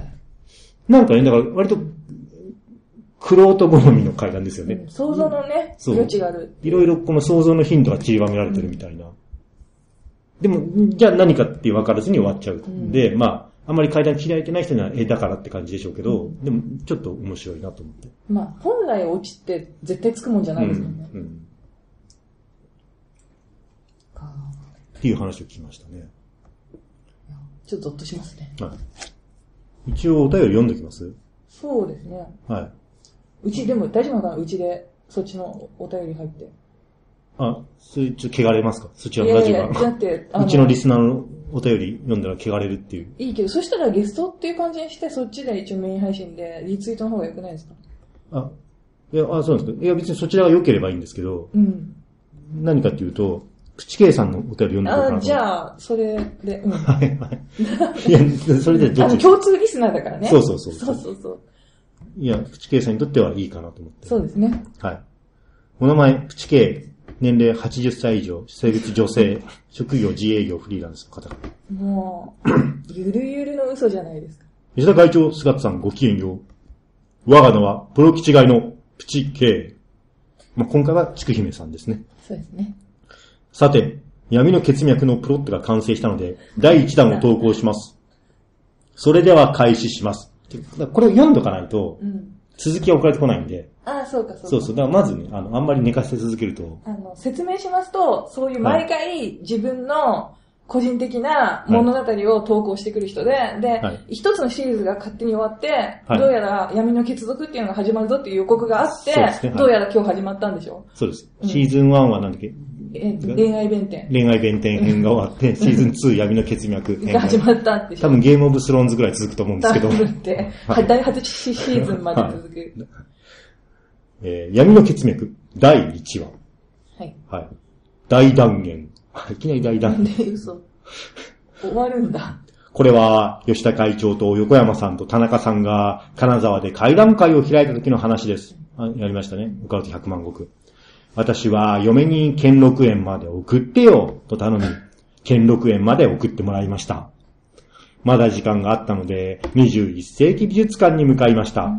A: なんかね、だから割と、クロート好みの階段ですよね。
B: うん想像のね、
A: そう
B: 余地がある。
A: いろいろこの想像の頻度が散りばめられてるみたいな。でも、じゃあ何かって分からずに終わっちゃうんで、まあ、あんまり階段嫌いてない人には、え、だからって感じでしょうけど、でも、ちょっと面白いなと思って。
B: まあ、本来落ちって絶対つくもんじゃないですもんね。
A: うんうん
B: か
A: っていう話を聞きましたね。
B: ちょっとゾッとしますね。
A: はい。一応お便り読んできます
B: そうですね。
A: はい。
B: うち、でも大丈夫かなうちで、そっちのお便り入って。
A: あ、それちょっと汚れますかそちら
B: い
A: のラ
B: やい
A: ジオ
B: や、
A: が。
B: だって、
A: うちのリスナーのお便り読んだら汚れるっていう。
B: いいけど、そしたらゲストっていう感じにして、そっちで一応メイン配信で、リツイートの方が良くないですか
A: あ、いや、あそうなんですか。いや、別にそちらが良ければいいんですけど、
B: うん。
A: 何かっていうと、プチケイさんのお便り読んでみようか
B: あ
A: な
B: あ、
A: と
B: じゃあ、それで、うん。あ
A: はいはい。いや、それでどっ
B: の、
A: ち
B: 共通リスナーだからね。
A: そうそうそう
B: そうそうそう。
A: いや、プチケイさんにとってはいいかなと思って。
B: そうですね。
A: はい。お名前、プチケイ、年齢80歳以上、性別女性、職業自営業フリーランスの方から。
B: も
A: <clears throat>
B: う、ゆるゆるの嘘じゃないですか。
A: 吉田会長、菅田さん、ごきげんよう。我が名は、プロ基地外のプチケイ。まあ、今回は、ちくひめさんですね。
B: そうですね。
A: さて、闇の血脈のプロットが完成したので、第1弾を投稿します。それでは開始します。ってだからこれを読んどかないと
B: う、ん。
A: 続きは送られてこないんで、
B: ああ、そうか、そうか。
A: そうそう、だからまずね、あの、あんまり寝かせ続けると、
B: あの、説明しますと、そういう毎回自分の個人的な物語を投稿してくる人で、で
A: はい、
B: 一、つのシリーズが勝手に終わって、
A: はい
B: どうやら闇の血族っていうのが始まるぞっていう予告があって、
A: そうですねはい
B: どうやら今日始まったんでしょ
A: そうです。
B: うん
A: シーズン1はなんだっけ、
B: えっと
A: うん
B: 恋愛弁天
A: 恋愛弁天編が終わ
B: <laughs>
A: って、シーズン2闇の血脈編
B: が
A: が
B: 始まったんでし
A: 多
B: ょ
A: 分ゲームオブスローンズぐらい続くと思うんですけど、
B: って、
A: はい
B: はい第8シーズンまで続く。
A: えー闇の血脈第1話。
B: はい。
A: はい。大断言。はいいきなり大断言。
B: で、嘘。終わるんだ。
A: これは、吉田会長と横山さんと田中さんが、金沢で会談会を開いた時の話です。あやりましたね。向かうと100万石。私は、嫁に兼六園まで送ってよ、と頼み、兼六園まで送ってもらいました。まだ時間があったので、21世紀美術館に向かいました。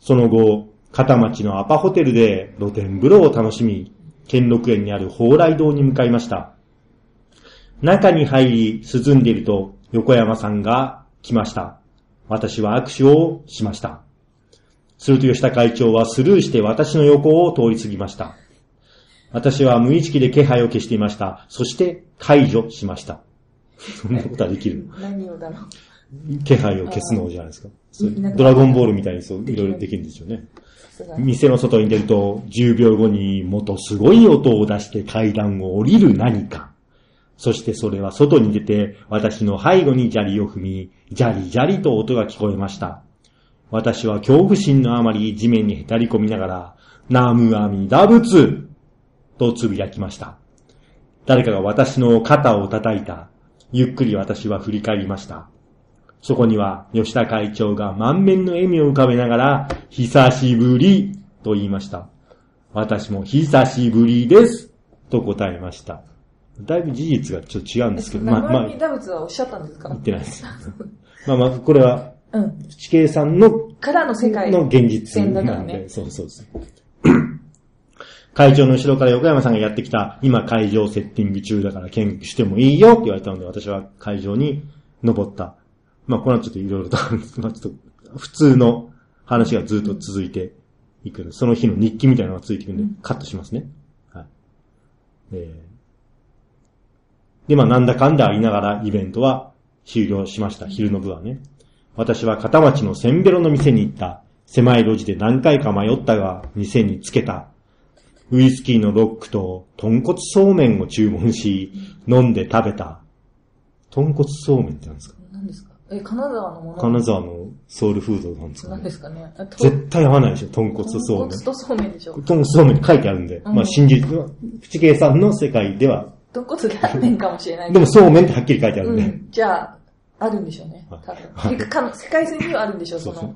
A: その後、片町のアパホテルで露天風呂を楽しみ、兼六園にある蓬莱堂に向かいました。中に入り、涼んでいると、横山さんが来ました。私は握手をしました。すると吉田会長はスルーして私の横を通り過ぎました。私は無意識で気配を消していました。そして解除しました。そんなことはできる
B: 何をだ <laughs> ろう。
A: 気配を消すのじゃないですか。そう
B: いなくなる
A: ドラゴンボールみたいにそう、いろいろできるんですよね。
B: さすが。
A: 店の外に出ると、10秒後にもっとすごい音を出して階段を降りる何か。そしてそれは外に出て、私の背後に砂利を踏み、ジャリジャリと音が聞こえました。私は恐怖心のあまり地面にへたり込みながら、ナムアミダ仏とつぶやきました。誰かが私の肩を叩いた。ゆっくり私は振り返りました。そこには吉田会長が満面の笑みを浮かべながら、久しぶりと言いました。私も久しぶりですと答えました。だいぶ事実がちょっと違うんですけど、まあま
B: 生
A: あ、
B: 身
A: 言
B: ダ仏はおっしゃったんですか
A: ってないです。まあまあ、これは、
B: うん。
A: 地形さんの
B: からの世界。
A: の現実
B: だか
A: な
B: ら
A: んで、
B: ね。
A: そうそうそう。会長の後ろから横山さんがやってきた、今会場セッティング中だから見学してもいいよって言われたので、私は会場に登った。まあ、これはちょっといろいろとあるんですけど、まあちょっと普通の話がずっと続いていくので、その日の日記みたいなのがついていくんで、カットしますね。はい。えーで、まあ、なんだかんだ言いながらイベントは終了しました。昼の部はね。私は片町のせんべろの店に行った。狭い路地で何回か迷ったが、店につけた。ウイスキーのロックと豚骨そうめんを注文し、飲んで食べた。豚骨そうめんってなんですか
B: 何ですかえ、金沢のもの
A: 金沢のソウルフードなんですか
B: 何
A: ね
B: で。すかねあと
A: 絶対合わないでしょ、豚骨とそうめ
B: 豚
A: ん。
B: 骨とそうめんでしょ。
A: 豚骨そうめんに書いてあるんで、
B: うん
A: まあ信じる、プチケイさんの世界では、
B: 豚骨ラーメンかもしれないけ
A: で
B: ど。
A: も <laughs> そうめんってはっきり書いてあるん
B: う
A: で、
B: ん。じゃあ、あるんでしょうね。多
A: はい
B: 分。てか世界線にはあるんでしょう、そ
A: そう
B: の。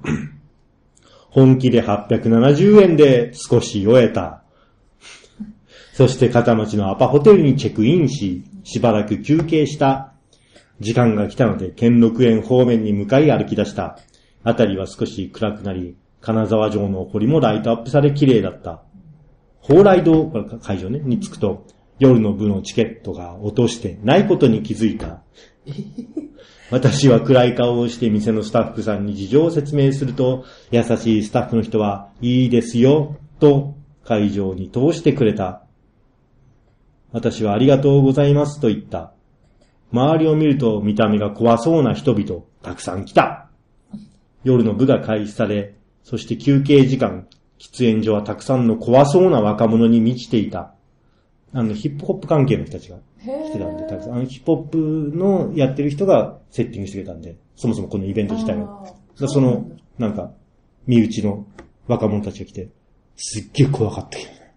A: 本気で870円で少し終えた。そして片町のアパホテルにチェックインし、しばらく休憩した。時間が来たので、兼六園方面に向かい歩き出した。あたりは少し暗くなり、金沢城の堀もライトアップされ綺麗だった。蓬莱堂、これ会場ね、に着くと、夜の部のチケットが落としてないことに気づいた。私は暗い顔をして店のスタッフさんに事情を説明すると、優しいスタッフの人は、いいですよ、と会場に通してくれた。私はありがとうございますと言った。周りを見ると見た目が怖そうな人々、たくさん来た。夜の部が開始され、そして休憩時間、喫煙所はたくさんの怖そうな若者に満ちていた。あの、ヒップホップ関係の人たちが
B: へ
A: 来てたんで、たく
B: ぇ
A: さん。あの、ヒップホップのやってる人がセッティングしてくれたんで、そもそもこのイベント自体が。だからその、なんか、身内の若者たちが来て、すっげえ怖かったけどね。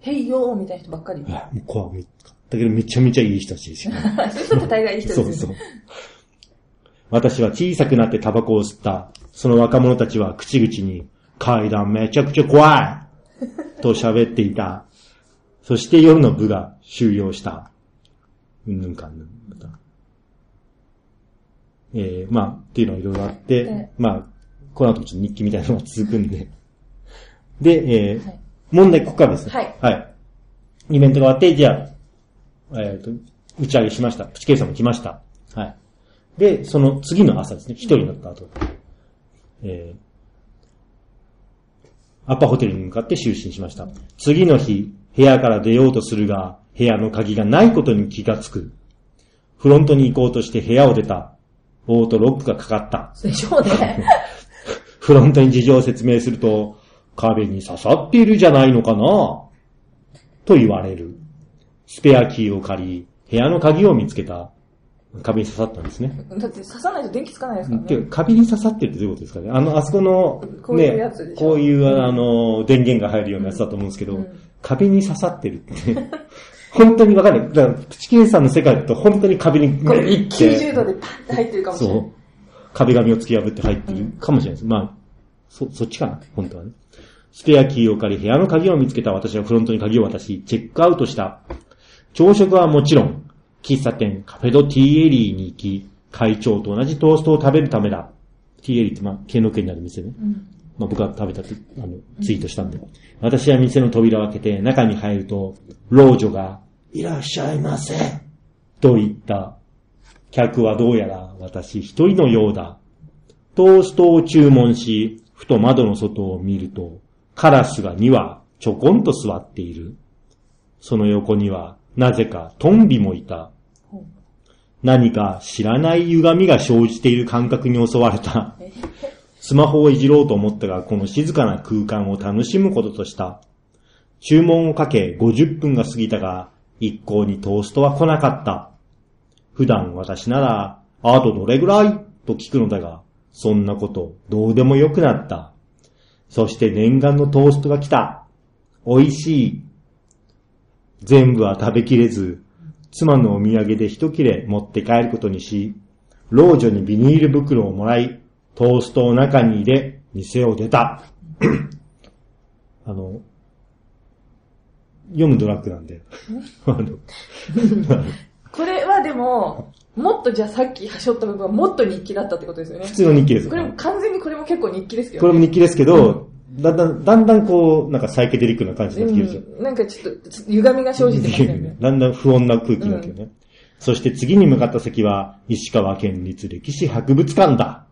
B: へいよーみたいな人ばっかり。
A: あ、もう怖かったけどめちゃめちゃいい人たちですよ、ね。
B: そういう人って大概いい人です
A: そ
B: よ
A: う
B: ね。
A: そう。私は小さくなってタバコを吸った。その若者たちは口々に、階段めちゃくちゃ怖いと喋っていた。そして夜の部が終了した。うんぬんかんぬん。またえー、まあ、っていうのはいろいろあっ
B: で
A: て、まあ、この後もちょっと日記みたいなのが続くんで。で、えー
B: はい
A: 問題ここからですね。
B: はい
A: イベントが終わって、じゃあ、えっ、と、打ち上げしました。プチケイさんも来ました。はい。で、その次の朝ですね、一人になった後、えー、アパホテルに向かって就寝しました。次の日、部屋から出ようとするが、部屋の鍵がないことに気がつく。フロントに行こうとして部屋を出た。オートロックがかかった。
B: でしょうね。
A: フロントに事情を説明すると、壁に刺さっているじゃないのかなと言われる。スペアキーを借り、部屋の鍵を見つけた。壁に刺さったんですね。
B: だって刺さないと電気つかないですから
A: て
B: ね。
A: か壁に刺さってるってどういうことですかねあの、あそこの、
B: こういうやつでしょ
A: こういう、あの、電源が入るようなやつだと思うんですけど、
B: うん
A: 壁に刺さってるって。 <laughs> 本当にわかんない。だから、プチケンさんの世界だと本当に壁に
B: これ
A: グイッて
B: 90度でパンって入ってるかもしれ
A: そ
B: な
A: う
B: い。。
A: 壁紙を突き破って入っているかもしれないです。まあ、そ、そっちかな、本当はね。スペアキーを借り、部屋の鍵を見つけた私はフロントに鍵を渡し、チェックアウトした。朝食はもちろん、喫茶店カフェドティーエリーに行き、会長と同じトーストを食べるためだ。ティーエリーって、まあ、兼六園にある店ね。まあ、僕が食べたって、あの、ツイートしたんで。私は店の扉を開けて、中に入ると、老女が、いらっしゃいませ。と言った。客はどうやら私一人のようだ。トーストを注文し、ふと窓の外を見ると、カラスが2羽ちょこんと座っている。その横には、なぜかトンビもいた。何か知らない歪みが生じている感覚に襲われた。スマホをいじろうと思ったが、この静かな空間を楽しむこととした。注文をかけ50分が過ぎたが、一向にトーストは来なかった。普段私なら、あとどれぐらいと聞くのだが、そんなことどうでもよくなった。そして念願のトーストが来た。美味しい。全部は食べきれず、妻のお土産で一切れ持って帰ることにし、老女にビニール袋をもらい、トーストを中に入れ、店を出た。あの、読むドラッグなんで。あの
B: これはでも、もっとじゃあさっき端折った部分はもっと日記だったってことですよね
A: 普。通の日記です。
B: これも完全にこれも結構日記ですけ
A: こ
B: ど
A: れ
B: ね。
A: も日記ですけど、だんだん、だんだんこう、なんかサイケデリックな感じになってきてるでしょ。
B: うん、なんかちょっと、ちょっと歪みが生じてますよね。
A: だんだん不穏な空気になってるね。そして次に向かった先は、石川県立歴史博物館だ。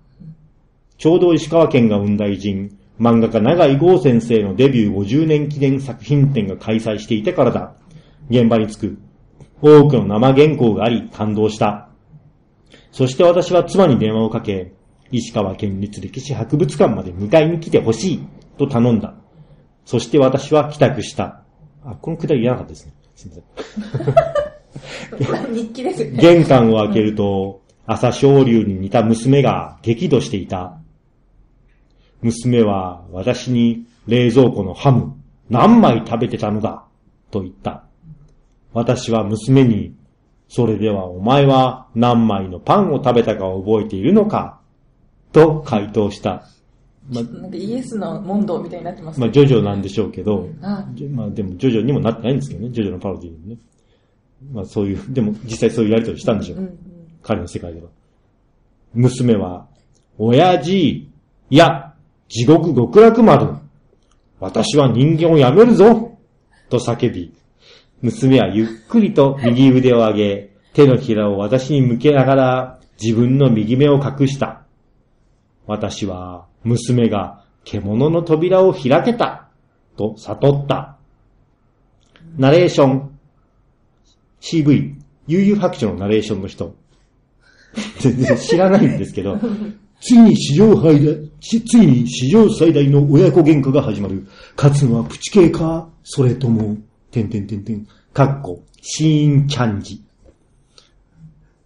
A: ちょうど石川県が生んだ偉人、漫画家長井豪先生のデビュー50年記念作品展が開催していたからだ。現場に着く。多くの生原稿があり、感動した。そして私は妻に電話をかけ、石川県立歴史博物館まで迎えに来てほしい、と頼んだ。そして私は帰宅した。あ、このくだり嫌なかったですね。すいません。
B: 日記ですよね。
A: 玄関を開けると、朝青龍に似た娘が激怒していた。娘は私に冷蔵庫のハム何枚食べてたのだと言った。私は娘に、それではお前は何枚のパンを食べたか覚えているのかと回答した。まあ、
B: なんかイエスの問答みたいになってます
A: まあ、
B: ね。
A: ジョジョなんでしょうけど、
B: あ
A: じゃまあでも、ジョジョにもなってないんですけどね、ジョジョのパロディーにね。まあそういう、でも実際そういうやりとりしたんでしょう。彼の世界では。娘は、親父、いや、地獄極楽丸、私は人間をやめるぞと叫び、娘はゆっくりと右腕を上げ、手のひらを私に向けながら自分の右目を隠した。私は、娘が獣の扉を開けたと悟った。ナレーション。CV。悠々白書のナレーションの人。全然知らないんですけど、ついに史上最大、しついに史上最大の親子喧嘩が始まる。勝つのはプチ系か、それとも、てんてんてんてん、かっこ、シーンチャンジ。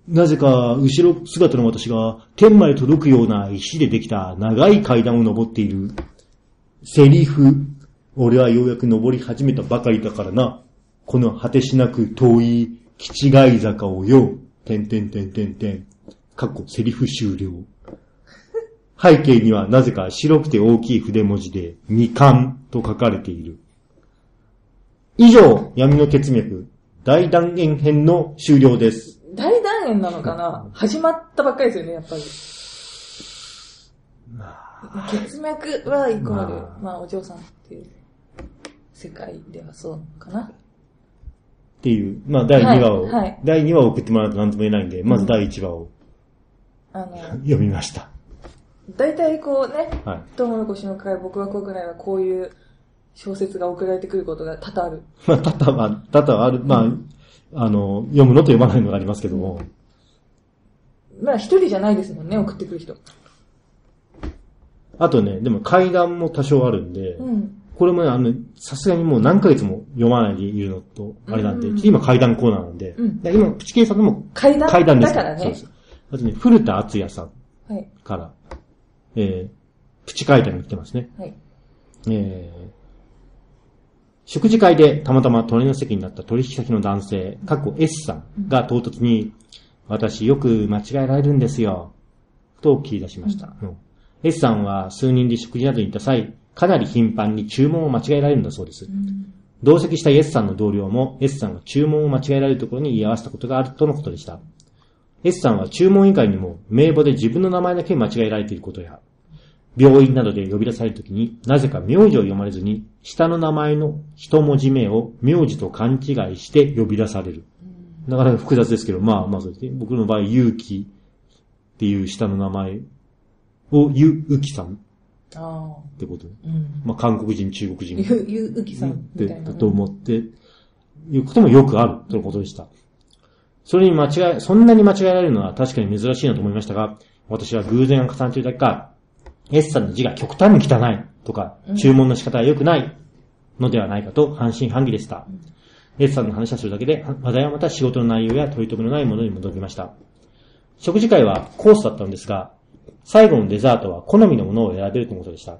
A: なぜか、後ろ姿の私が、天まで届くような石でできた長い階段を登っている。セリフ、俺はようやく登り始めたばかりだからな。この果てしなく遠い、気違い坂をよ。てんてんてんてんてん。過去セリフ終了。 <laughs> 背景にはなぜか白くて大きい筆文字で、未完と書かれている。以上、闇の血脈、大断言編の終了です。
B: 大断言なのかな始まったばっかりですよね、やっぱり。血脈はイコール、
A: ま
B: ま
A: あ
B: あ、お嬢さんっていう世界ではそうかな。
A: っていう、まあ第2話を、
B: はいはい
A: 第2話を送ってもらうと何とも言えないんで、まず第1話を
B: あの、
A: 読みました。
B: 大体こうね、
A: はい。
B: トウモロコシの会、僕は怖くないはこういう小説が送られてくることが多々ある。
A: <laughs> まあ、たたは、たたはある、まあ、あの、読むのと読まないのがありますけども、
B: まあ一人じゃないですもんね、送ってくる人。
A: あとね、でも階段も多少あるんで、
B: うん。
A: これもね、あの、さすがにもう何ヶ月も読まないでいるのと、あれなんで、
B: うん
A: ちょっと今階段コーナーなんで、
B: うん
A: で今、プチケイさんのも
B: 階段
A: 階段です
B: だから
A: そうで
B: ね。
A: す。あとね、古田敦也さん
B: はい。
A: から、えー、プチ階段に来てますね。
B: はい。
A: えー食事会でたまたま隣の席になった取引先の男性、過去 S さんが唐突に、私よく間違えられるんですよ、と切り出しました。うん S さんは数人で食事などに行った際、かなり頻繁に注文を間違えられるんだそうです。同席した S さんの同僚も S さんが注文を間違えられるところに居合わせたことがあるとのことでした。S さんは注文以外にも名簿で自分の名前だけ間違えられていることや、病院などで呼び出されるときに、なぜか名字を読まれずに、下の名前の一文字目を名字と勘違いして呼び出される。なかなか複雑ですけど、まあまあそうですね。僕の場合、ゆうきっていう下の名前をゆうきさん
B: ああ。
A: ってこと。
B: うん。
A: まあ韓国人、中国人。
B: ゆ、ゆうきさんみたいな。
A: だと思って、いうこともよくあるとのことでした。それに間違え、そんなに間違えられるのは確かに珍しいなと思いましたが、私は偶然が重なっているだけか、S さんの字が極端に汚いとか、注文の仕方は良くないのではないかと半信半疑でした。S さんの話をするだけで、話題はまた仕事の内容や取り留めのないものに戻りました。食事会はコースだったのですが、最後のデザートは好みのものを選べるとのことでした。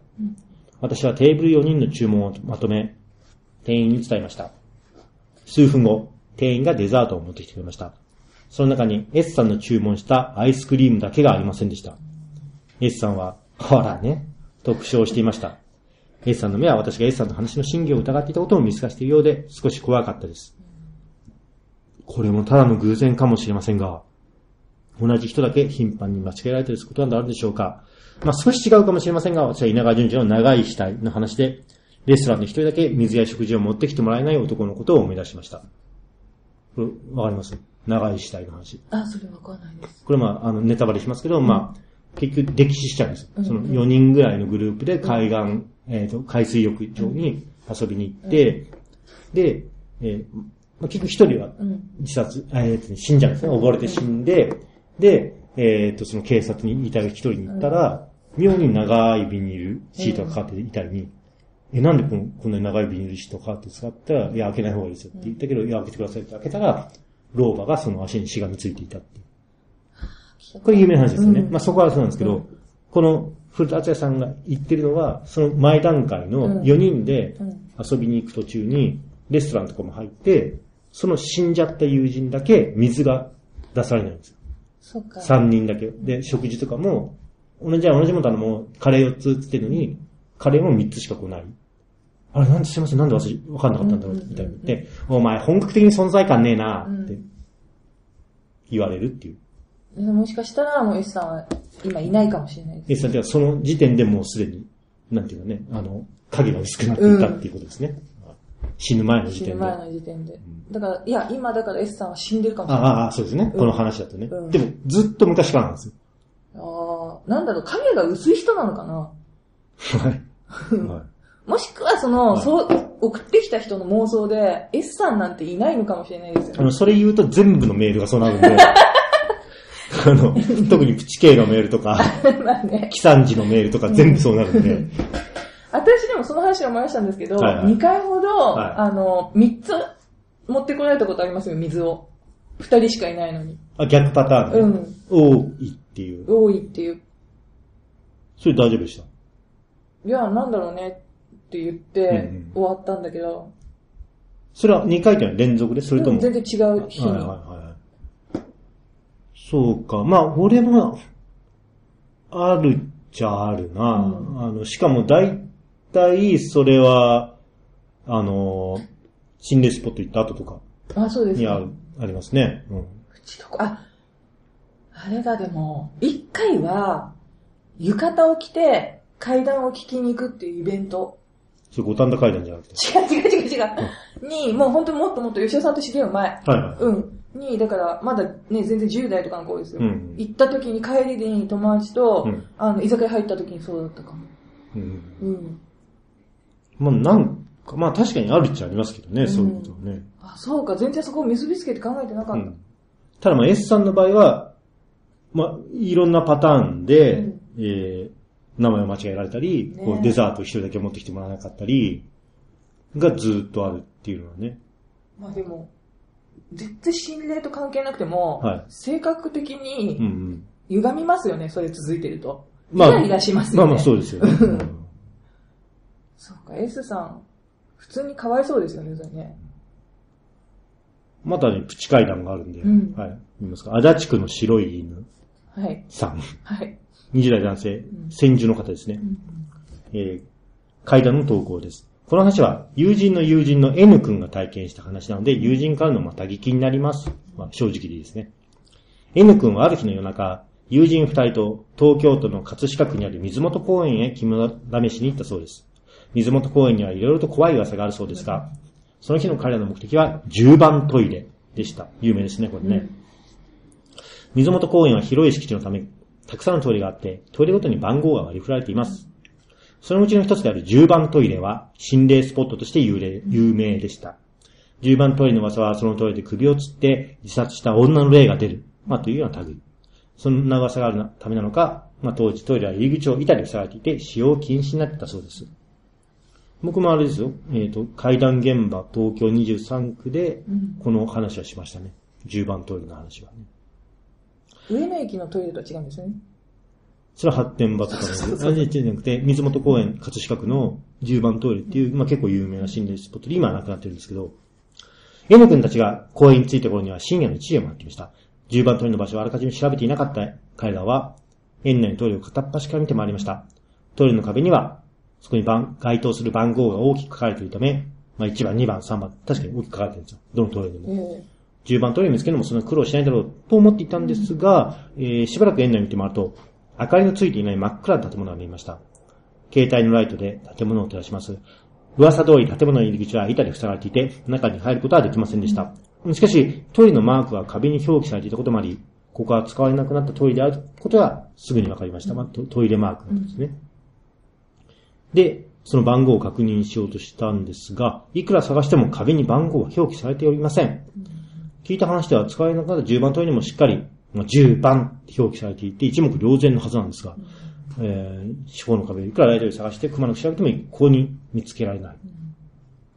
A: 私はテーブル4人の注文をまとめ、店員に伝えました。数分後、店員がデザートを持ってきてくれました。その中に S さんの注文したアイスクリームだけがありませんでした。S さんは、ほらね、と苦笑していました。S さんの目は私が S さんの話の真偽を疑っていたことを見透かしているようで、少し怖かったです。これもただの偶然かもしれませんが、同じ人だけ頻繁に間違えられていることなどあるでしょうか。まあ、少し違うかもしれませんが、私は稲川淳二の長い死体の話で、レストランで一人だけ水や食事を持ってきてもらえない男のことを思い出しました。これ、わかります長い死体の話。
B: あ、それわかんないです。
A: これまあ、あの、ネタバレしますけど、まあ、結局、溺死しちゃうんです。
B: うん
A: その4人ぐらいのグループで海岸、えっと、海水浴場に遊びに行って、で、えーまあ、結局一人は
B: うん。
A: 自殺、あえーと死んじゃうんですね。溺れて死んで、で、えっ、と、その警察に遺体が一人に行ったら、妙に長いビニールシートがかかってて遺体に、え、なんでこのこんなに長いビニールシートかかって使ったら、いや、開けない方がいいですよって言ったけど、いや、開けてくださいって開けたら、老婆がその足にしがみついていたっていう。これ有名な話ですよね。
B: うん
A: まあそこはそうなんですけど、
B: うん
A: この古田敦也さんが言ってるのは、その前段階の4人で
B: うん
A: 遊びに行く途中に、レストランとかも入って、その死んじゃった友人だけ水が出されないんですよ。
B: そうか。
A: 3人だけ。で、食事とかも、同じ、同じもの頼もう、カレー4つってってるのに、カレーも3つしか来ない。あれ、なんですいません、なんで私、わかんなかったんだろう、みたいな。で、お前、本格的に存在感ねえな、って言われるっていう。
B: もしかしたら、もう S さんは今いないかもしれないです。
A: S さんではその時点でもうすでに、なんていうかね、あの、影が薄くなっていたっていうことですね。死ぬ前の時
B: 死ぬ
A: 点で。
B: 前の時点で。だから、いや、今だから S さんは死んでるかもし
A: あ
B: れない。あ
A: ああ、そうですね。
B: うん
A: この話だとね。
B: うん
A: でも、ずっと昔からなんですよ。
B: あー、なんだろう、影が薄い人なのかな
A: はい。はい
B: もしくは、その、
A: はい
B: そう、送ってきた人の妄想で、S さんなんていないのかもしれないです
A: あ
B: よね。
A: の、それ言うと全部のメールがそうなるん
B: <laughs>
A: で、あの、特にプチ K のメールとか、
B: <laughs> まあね。
A: キサンジのメールとか全部そうなるんで、
B: 私でもその話を思い出したんですけど、
A: はいはい
B: 2回ほど、
A: はい
B: あの、3つ持ってこられたことありますよ、水を。2人しかいないのに。
A: あ逆パターンね、
B: うん
A: 多いっていう。
B: 多いっていう。
A: それ大丈夫でした。
B: いや、なんだろうね。って言っ
A: うん
B: て
A: うん
B: 終わったんだけど、
A: それは2回っていうのは連続でそれと
B: うん
A: も
B: 全然違う日に。
A: はいはいはい。そうか。まあ、俺も、あるっちゃあるな。
B: うん
A: あの、しかも大体、それは、あの、心霊スポット行った後とか
B: あ、そうです
A: にあ
B: か
A: る。ありますね。うん。
B: うちの子、あ、あれだでも、一回は、浴衣を着て階段を聞きに行くっていうイベント。
A: それ五反田階段じゃなくて。
B: 違う違う違う違う。に、もう本当にもっともっと吉田さんと知り合う前。
A: はいはい。
B: うん。に、だから、まだね、全然10代とかの子ですよ。
A: うん
B: 行った時に帰りに友達と、
A: うん
B: あの、居酒屋入った時にそうだったかも。
A: うん。
B: うん。
A: まあ、なんか、まあ確かにあるっちゃありますけどね、
B: うん
A: そういうことはね。
B: あ、そうか、全然そこを結びつけて考えてなか
A: う
B: った。
A: んただまあ S さんの場合は、まあいろんなパターンで、
B: うん
A: えー名前を間違えられたり、
B: ね
A: こうデザート一人だけ持ってきてもらわなかったり、がずっとあるっていうのはね。
B: まあでも、絶対心霊と関係なくても、
A: はい
B: 性格的
A: うんう
B: に
A: ん。
B: 歪みますよね、それ続いてると。
A: まあ
B: イライラします
A: まあ
B: よね。
A: まあそうですよ
B: <laughs>
A: ね。うん
B: そうか、S さん、普通にかわいそうですよね、それね。
A: またね、プチ階段があるんで、
B: うん
A: はい。見ますか。足立区の白い犬
B: はい、
A: さん。
B: はい。
A: 20代男性
B: う、ん
A: 先住の方ですね
B: う。ん
A: えー階段の投稿です。この話は、友人の友人の N 君が体験した話なので、友人からのまた聞きになります。まあ、正直でいいですね。N 君はある日の夜中、友人二人と東京都の葛飾区にある水元公園へ肝試しに行ったそうです。水元公園にはいろいろと怖い噂があるそうですが、その日の彼らの目的は10番トイレでした。有名ですね、これね。水元公園は広い敷地のため、たくさんのトイレがあって、トイレごとに番号が割り振られています。そのうちの一つである10番トイレは、心霊スポットとして有霊有名でした。10番トイレの噂は、そのトイレで首を吊って自殺した女の霊が出る。まあ、というような類。そんな噂があるなためなのか、まあ、当時トイレは入り口を板で塞がれていて、使用禁止になってたそうです。僕もあれですよ、えっ、と、階段現場東京23区で
B: うん、
A: この話はしましたね。10番トイレの話はね。
B: 上野駅のトイレとは違うんですよね。
A: それは発展場とかの、あれじゃなくて、水元公園葛飾区の10番トイレっていう、まあ結構有名な心霊スポットで、今はなくなってるんですけど、N 君たちが公園に着いた頃には深夜の1時を回っていました。10番トイレの場所をあらかじめ調べていなかった彼らは、園内のトイレを片っ端から見て回りました。トイレの壁には、そこに番該当する番号が大きく書かれているため、まあ1番、2番、3番、確かに大きく書かれてるんですよ。どのトイレでも
B: え。え
A: 10番トイレを見つけるのもそんな苦労しないだろうと思っていたんですが、えーしばらく園内を見て回ると、明かりのついていない真っ暗な建物が見えました。携帯のライトで建物を照らします。噂通り建物の入り口は板で塞がれていて、中に入ることはできませんでした。しかし、トイレのマークは壁に表記されていたこともあり、ここは使われなくなったトイレであることはすぐにわかりました。まあ、トトイレマークなんですね。で、その番号を確認しようとしたんですが、いくら探しても壁に番号は表記されておりません。聞いた話では使えなくなった10番トイレもしっかり、まあ10番って表記されていて、一目瞭然のはずなんですが、えー、四方の壁、いくらライトで探して、くまなく調べても一向に見つけられない。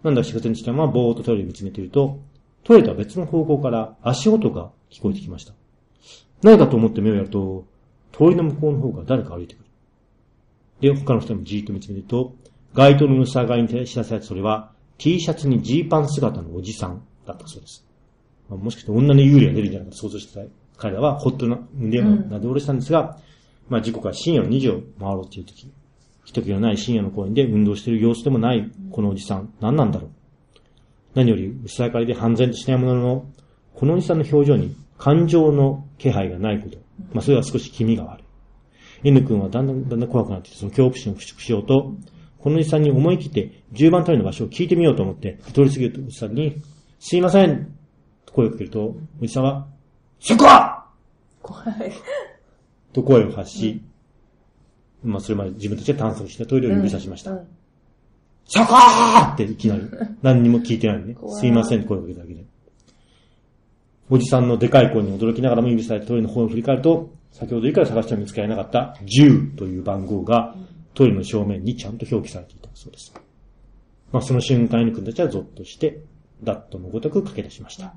A: なんだか仕事にしたままぼーっとトイレを見つめていると、トイレとは別の方向から足音が聞こえてきました。何かと思って目をやると、通りの向こうの方から誰か歩いてくる。で、他の人もじーっと見つめると、街灯の裏側に照らし出されたそれは、T シャツにジーパン姿のおじさんだったそうです。まあもしかして女の幽霊が出るんじゃないかと想像してた彼らはほっとな、胸をなで下ろしたんですが、まあ時刻は深夜の2時を回ろうという時、人気のない深夜の公園で運動している様子でもないこのおじさん、何なんだろう。何より薄明かりで半然としないものの、このおじさんの表情に感情の気配がないこと。まあそれは少し気味が悪い。N 君はだんだんだんだん怖くなってきて、その恐怖心を払拭しようと、このおじさんに思い切って10番トイレの場所を聞いてみようと思って、通り過ぎるおじさんに、すいませんと声をかけると、おじさんは、そこ
B: 怖い。
A: と声を発し、まあそれまで自分たちが探索したトイレを指さしました
B: う。ん
A: そこーっていきなり、何にも聞いてないのね。
B: 怖い
A: すいませんって声をかけただけで。おじさんのでかい声に驚きながらも指されたトイレの方を振り返ると、先ほどいくら探しても見つからなかった10という番号がトイレの正面にちゃんと表記されていたそうです。まあその瞬間に君たちはゾッとして、ダットのごとく駆け出しました。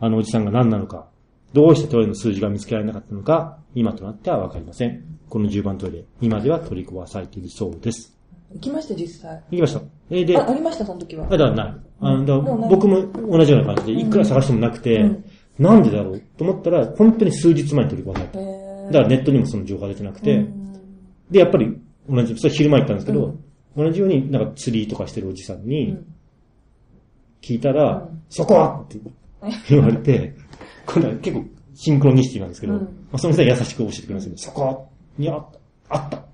A: あのおじさんが何なのか、どうしてトイレの数字が見つけられなかったのか、今となってはわかりません。この10番トイレ、今では取り壊されているそうです。
B: 行きました、実際。
A: 行きました。えーで、
B: あ、あ
A: あ
B: りました、その時は。
A: だからない。あのだから
B: もうない
A: 僕も同じような感じで、いくら探してもなくて、
B: うん
A: なんでだろうと思ったら、本当に数日前に取り込まれた。
B: へ
A: だ
B: ー
A: からネットにもその情報が出てなくて、
B: うん
A: で、やっぱり同じ、それ昼間行ったんですけど、
B: う
A: 同じようになんか釣りとかしてるおじさん
B: う
A: に
B: ん
A: 聞いたら、
B: うん
A: そこはって言われて、 <laughs> 今度は結構シンクロニシティなんですけど、
B: うん
A: まあ、その人は優しく教えてくれるんですけど、そこにあった。あった。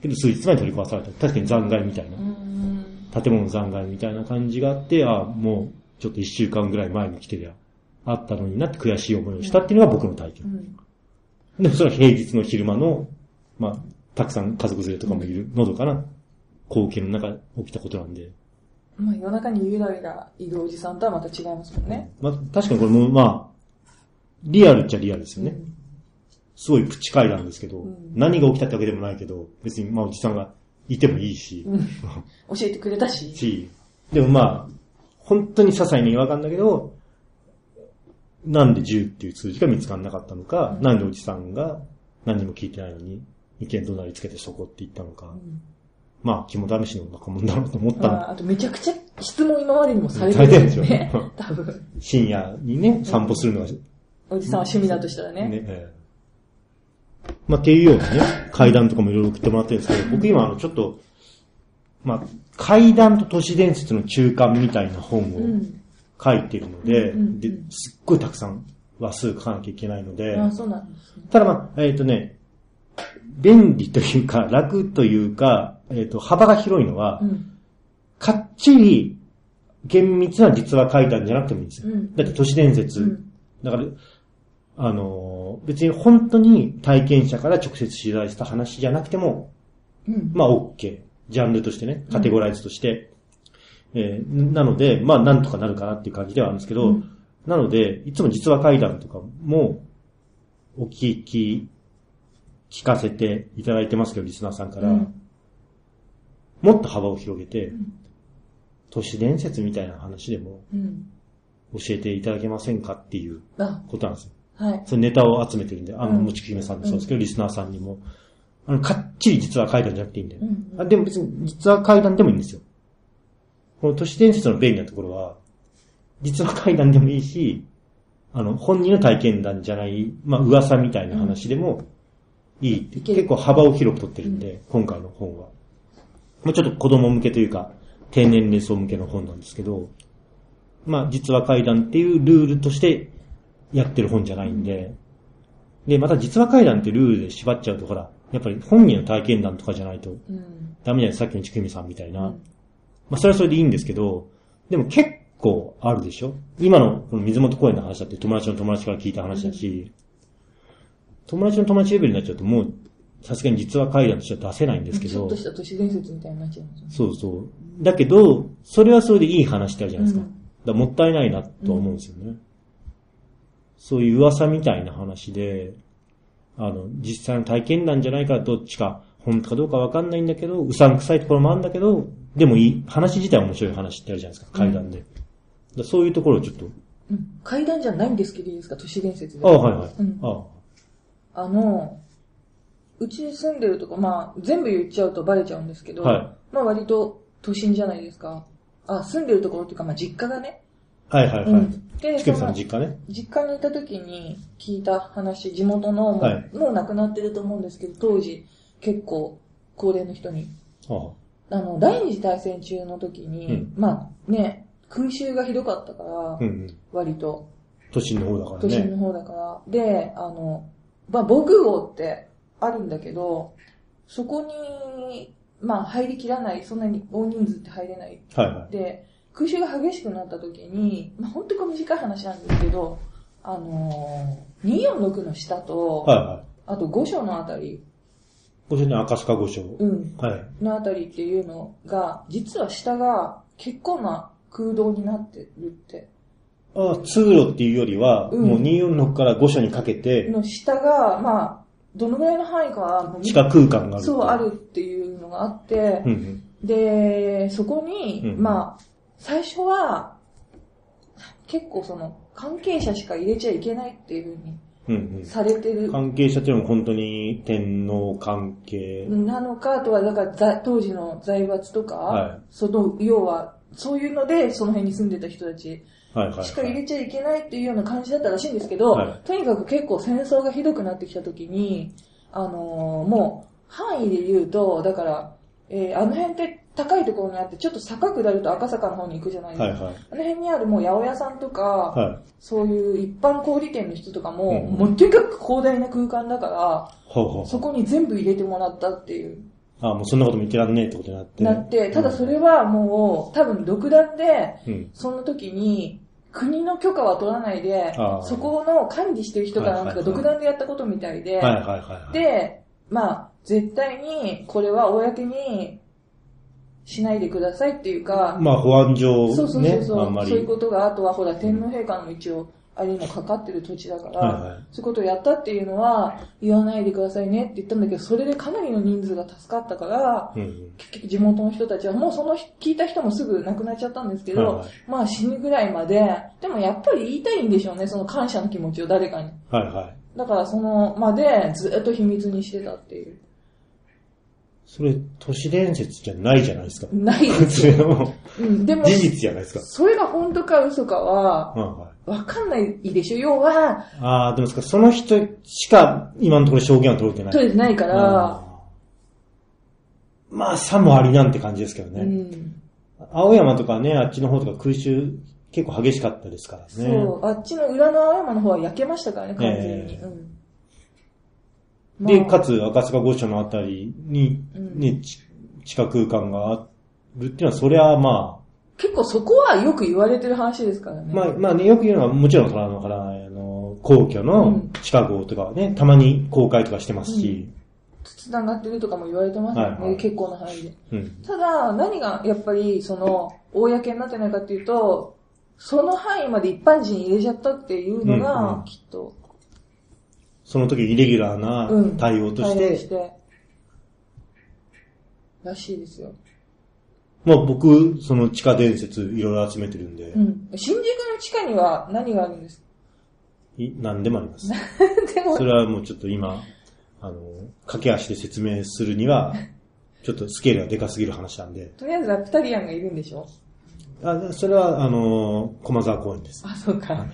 A: けど数日前に取り壊された。確かに残骸みたいな。
B: うん
A: 建物の残骸みたいな感じがあって、あもうちょっと一週間ぐらい前に来てりゃあったのになって悔しい思いをしたっていうのが僕の体
B: う
A: 験。
B: ん
A: でもそれは平日の昼間の、まあ、たくさん家族連れとかもいる、のどかな光景の中で起きたことなんで。
B: まあ夜中にゆらゆらいるおじさんとはまた違いますもんね。
A: まあ、確かにこれも、まあ、リアルっちゃリアルですよね。すごいプチ階段ですけど、
B: ん
A: 何が起きたってわけでもないけど、別にまあおじさんがいてもいいし、
B: 教えてくれたし。
A: し、でもまあ、本当に些細な違和感だけど、なんで10っていう数字が見つからなかったのか、なんでおじさんが何も聞いてないのに、意見怒鳴りつけてそこって言ったのか、
B: ん
A: まあ、肝試しの若者だろうと思ったの
B: ああとめちゃくちゃ質問今までにもされ
A: され
B: て
A: て
B: る
A: る
B: ん
A: ん
B: で
A: ですし
B: よ
A: ょ
B: ね。 <laughs> 多分。
A: 深夜にね、散歩するのが、ね、
B: おじさんは趣味だとしたらね。
A: ええまあ、っていうようなね、階段とかもいろいろ送ってもらってるんですけど、僕今あの、ちょっと、まあ、階段と都市伝説の中間みたいな本を、
B: うん。
A: 書いてるので、
B: うんうんうん
A: ですっごいたくさん話数書かなきゃいけないので、
B: ああ、そうなんですね。
A: ただまあ、えっ、とね、便利というか、 <laughs> 楽というか、えっ、と、幅が広いのは、
B: うん。
A: かっちり厳密な実は書いたんじゃなくてもいいんですよ。
B: うん
A: だって都市伝説、
B: うん
A: だから、あのー、別に本当に体験者から直接取材した話じゃなくても、
B: うん。
A: まあ OK。ジャンルとしてね、カテゴライズとして。えーなので、まあなんとかなるかなっていう感じではあるんですけど、
B: うん
A: なので、いつも実話会談とかも、お聞き、聞かせていただいてますけど、リスナーさんから、
B: うん
A: もっと幅を広げて、
B: ん
A: 都市伝説みたいな話でも
B: うん。
A: 教えていただけませんかっていう
B: あ、
A: ことなんですよ。
B: はい。
A: そのネタを集めてるんで、あの、
B: うん
A: もちきひめさんもそうですけど、リスナーさんにも、あの、かっちり実は階段じゃなくていいんだよ。
B: うん
A: あでも別に実は階段でもいいんですよ。この都市伝説の便利なところは、実は階段でもいいし、あの、本人の体験談じゃない、まあ噂みたいな話でもいいって、
B: ける
A: 結構幅を広く取ってるんで、今回の本は。もうちょっと子供向けというか、低年齢層向けの本なんですけど、まあ実は階段っていうルールとしてやってる本じゃないんで、で、また実話会談ってルールで縛っちゃうと、ほら、やっぱり本人の体験談とかじゃないと
B: うん。
A: ダメじゃないさっきのちくみさんみたいな。
B: う
A: まあ、
B: ん
A: それはそれでいいんですけど、でも結構あるでしょ今のこの水元公園の話だって友達の友達から聞いた話だし、友達の友達レベルになっちゃうともう、さすがに実話会談としては出せないんですけ
B: ちょっ
A: ど
B: と、した都市伝説みたいになっちゃいますよね。
A: そうそう。だけど、それはそれでいい話ってあるじゃないですか。
B: うん
A: だからもったいないなとは思うんですよね。そういう噂みたいな話で、あの、実際の体験談じゃないからどっちか、本当かどうかわかんないんだけど、うさんくさいところもあるんだけど、でもいい、話自体は面白い話ってあるじゃないですか、階段で。だからそういうところをちょっと、
B: うん。階段じゃないんですけどいいですか、都市伝説で。
A: ああ、はいはい。
B: うん
A: ああ
B: あの、うちに住んでるとこ、まあ、全部言っちゃうとバレちゃうんですけど、
A: は
B: まあ割と都心じゃないですか。あ、住んでるところっていうか、まあ実家がね。
A: はいはいうは
B: んで
A: い。ちくみさん
B: その
A: の実家ね。
B: 実家にいた時に聞いた話、地元のもう、
A: はい
B: もう亡くなってると思うんですけど、当時結構高齢の人に、
A: ああ
B: あの、第二次大戦中の時に、
A: うん
B: まあね、空襲がひどかったから
A: う、んうん。
B: 割と、
A: 都心の方だから
B: 都心
A: ね。
B: の方だから。で、あの、まあ、防空壕ってあるんだけど、そこに、まあ、入りきらない、そんなに大人数って入れない。
A: はいは
B: で、空襲が激しくなった時に、まあ、ほんとこれ短い話なんですけど、あのー、246の下と、
A: い。はいはい。
B: あと5章のあたり、
A: ご主人赤坂御所。
B: うん、
A: はい。
B: のあたりっていうのが、実は下が結構な空洞になってるって。
A: ああ通路っていうよりは、
B: うん
A: もう246から5所にかけて、
B: の下が、まあ、どのぐらいの範囲かはもう見
A: 地下空間がある。
B: そう、あ。るっていうのがあって
A: う、ん
B: で、そこに、
A: うん
B: まあ、最初は、結構その、関係者しか入れちゃいけないっていうふうに
A: うんうん。
B: されてる
A: 関係者っていうのは本当に天皇関係。
B: なのか、あとは、だからざ、当時の財閥とか、
A: はい
B: その、要は、そういうので、その辺に住んでた人たち
A: はいはい、はい。
B: しか入れちゃいけないっていうような感じだったらしいんですけど、
A: はい
B: とにかく結構戦争がひどくなってきた時に、あのーもう、範囲で言うと、だから、えーあの辺って高いところにあって、ちょっと坂下ると赤坂の方に行くじゃないですか。
A: はいはい。
B: あの辺にあるもう八百屋さんとか、
A: はい。
B: そういう一般小売店の人とかも、
A: うんうん
B: もうとにかく広大な空間だから、
A: ほうほうほ。
B: そうこに全部入れてもらったっていう。
A: あもうそんなことも言ってらんねえってことになって。
B: なって、ただそれはもう、多分独断で、
A: うん。
B: その時に、国の許可は取らないで
A: あー、
B: そこの管理してる人がなん
A: はいはいは
B: か
A: い
B: 独断でやったことみたいで、
A: はいはいはいはい。、
B: で、まあ、絶対にこれは公にしないでくださいっていうか、
A: まあ保安上
B: そうそうそ
A: ね
B: う、
A: あ
B: そ
A: んま
B: う、
A: り。
B: そういうことが、あとはほら、天皇陛下の一応、あれにもかかってる土地だから、
A: はいはい
B: そういうことをやったっていうのは、言わないでくださいねって言ったんだけど、それでかなりの人数が助かったから、
A: うんうん。
B: 結局地元の人たちは、もうその日聞いた人もすぐ亡くなっちゃったんですけど、
A: はいはい
B: まあ死ぬぐらいまで、でもやっぱり言いたいんでしょうね、その感謝の気持ちを誰かに。
A: はいはい。
B: だからその、までずっと秘密にしてたっていう。
A: それ、都市伝説じゃないじゃないですか。
B: ないで
A: <laughs>
B: す。
A: それも、
B: うん、でも、
A: 事実じゃないですか。
B: それが本当か嘘か
A: は
B: は、
A: いはい。
B: わかんないでしょ。要は、
A: ああ、でもですか、その人しか今のところ証言は取れてない。
B: 取れてないか
A: た
B: ら、
A: まあ、さもありなんて感じですけど
B: う
A: ね。
B: ん。
A: 青山とかね、あっちの方とか空襲結構激しかったですからね。
B: そう、あっちの裏の青山の方は焼けましたからね、完全に。
A: ええ
B: うん
A: で、
B: まあ
A: かつ赤坂御所のあたりに、
B: うん
A: ね、ち地下空間があるっていうのは、そりゃま
B: 結構そこはよく言われてる話ですから
A: あ、
B: ね。
A: まあ、まあね、よく言うのはもちろん、そのあの、ほらあの、皇居
B: う
A: の
B: ん
A: 地下壕とかはね、たまに公開とかしてますし、
B: 繋がってるとかも言われてます
A: はい
B: も
A: は
B: ん
A: い
B: ね、結構な範囲で。
A: うん。
B: ただ、何がやっぱり、その、公になってないかっていうと、その範囲まで一般人入れちゃったっていうの
A: うんう
B: が
A: ん、
B: きっと、
A: その時イレギュラー
B: うん
A: な対応とし
B: 対
A: て、
B: 応して、らしいですよ。
A: まあ僕、その地下伝説いろいろ集めてるんで、
B: うん。新宿の地下には何があるんです <laughs> か
A: い何でもあります。
B: でも
A: それはもうちょっと今、あの、駆け足で説明するに <laughs> は、ちょっとスケールがでかすぎる話なんで、
B: とりあえずラプタリアンがいるん
A: <laughs>
B: でしょ
A: あそれは、あの、駒沢公園です。
B: あ、そうか。
A: っ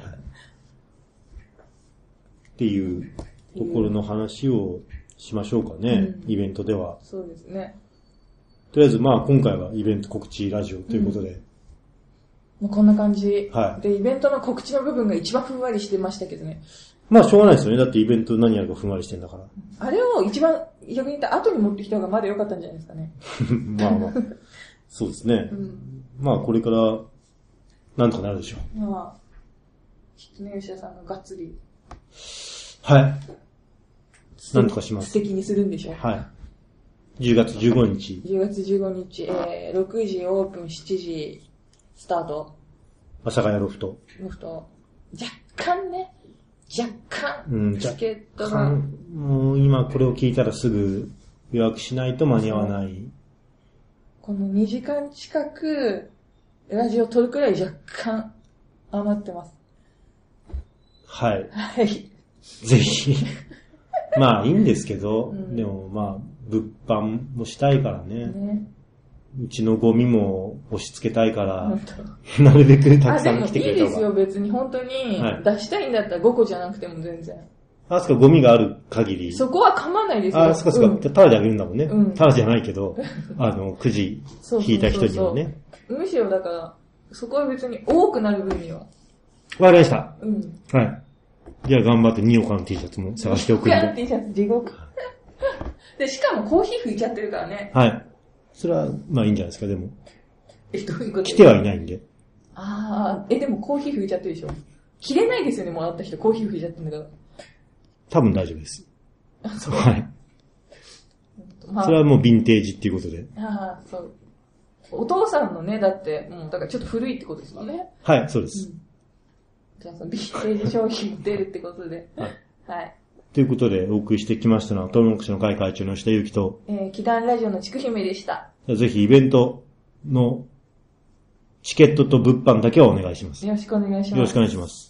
A: ていうところの話をしましょうかね、
B: うん
A: イベントでは。
B: そうですね。
A: とりあえず、まあ今回はイベント告知ラジオということで、
B: もうこんな感じ。
A: はい
B: で、イベントの告知の部分が一番ふんわりしてましたけどね。
A: まあしょうがないですよね。だってイベント何やるかふんわりしてんだから。 <laughs>
B: あれを一番逆に言った後に持ってきた方がまだ良かったんじゃないですかね。
A: まあまあ、そうですね
B: う。ん。
A: まあこれから、なんとかなるでしょう。
B: まあ、きっとね、吉田さんががっつり、
A: はい。なんとかします
B: 素敵にするんでしょ。
A: はい。10月15日、
B: 10月15日、えー、6時オープン、7時スタート。
A: 阿佐ヶ谷ロフト。
B: の人、若干ね、若干、
A: うん
B: チケット
A: か
B: が、
A: んもう今これを聞いたらすぐ予約しないと間に合わない。
B: この2時間近く、ラジオ撮るくらい若干余ってます。 <laughs>
A: はい。
B: はい。
A: ぜひ。まあいいんですけど、
B: うん
A: でもまあ、物販もしたいからね。
B: ね。
A: うちのゴミも押し付けたいから
B: 本、当
A: なるべくたく
B: あ、
A: さ
B: で
A: ん
B: もい
A: 来
B: い
A: てくれた
B: で
A: 方
B: す
A: が。
B: よ、別に。本当に
A: は、い
B: 出したいんだったら5個じゃなくても全然。
A: あそこゴミがある限り。
B: そこは構わないですよ。
A: あ、そっかそっか、タラであげるんだもんね。
B: うん
A: タラじゃないけ
B: <laughs>
A: ど、あの、くじ
B: そうそうそうそう
A: 引いた人にはね。
B: うんむしろだから、そこは別に多くなる分には。
A: わかりました。
B: うん。
A: はい。じゃあ頑張ってニオカの T シャツも探しておくん
B: や
A: で。
B: T シャツ地獄。 <laughs> で、しかもコーヒー吹いちゃってるからね。
A: はい。それは、まあいいんじゃないですか、でも。
B: え、どういうこと
A: 来てはいないんで。
B: あー、え、でもコーヒー拭いちゃってるでしょ。着れないですよね、もらった人。コーヒー拭いちゃってるんだか
A: 多分大丈夫です。はい。
B: ら。まあ
A: それ、はもうヴィンテージっていうことで。
B: あーそう。お父さんのね、だって、もう、だからちょっと古いってことですよね。
A: はい、そうです。
B: じゃあ、そのビンテージ商品も出るってことで。
A: はい
B: はい。
A: ということで、お送りしてきましたのは、トウモロコシの会会長の下ゆきと、
B: えー、祈願ラジオのちくひめでした。
A: ぜひイベントのチケットと物販だけはお願いします。
B: よろしくお願いします。
A: よろしくお願いします。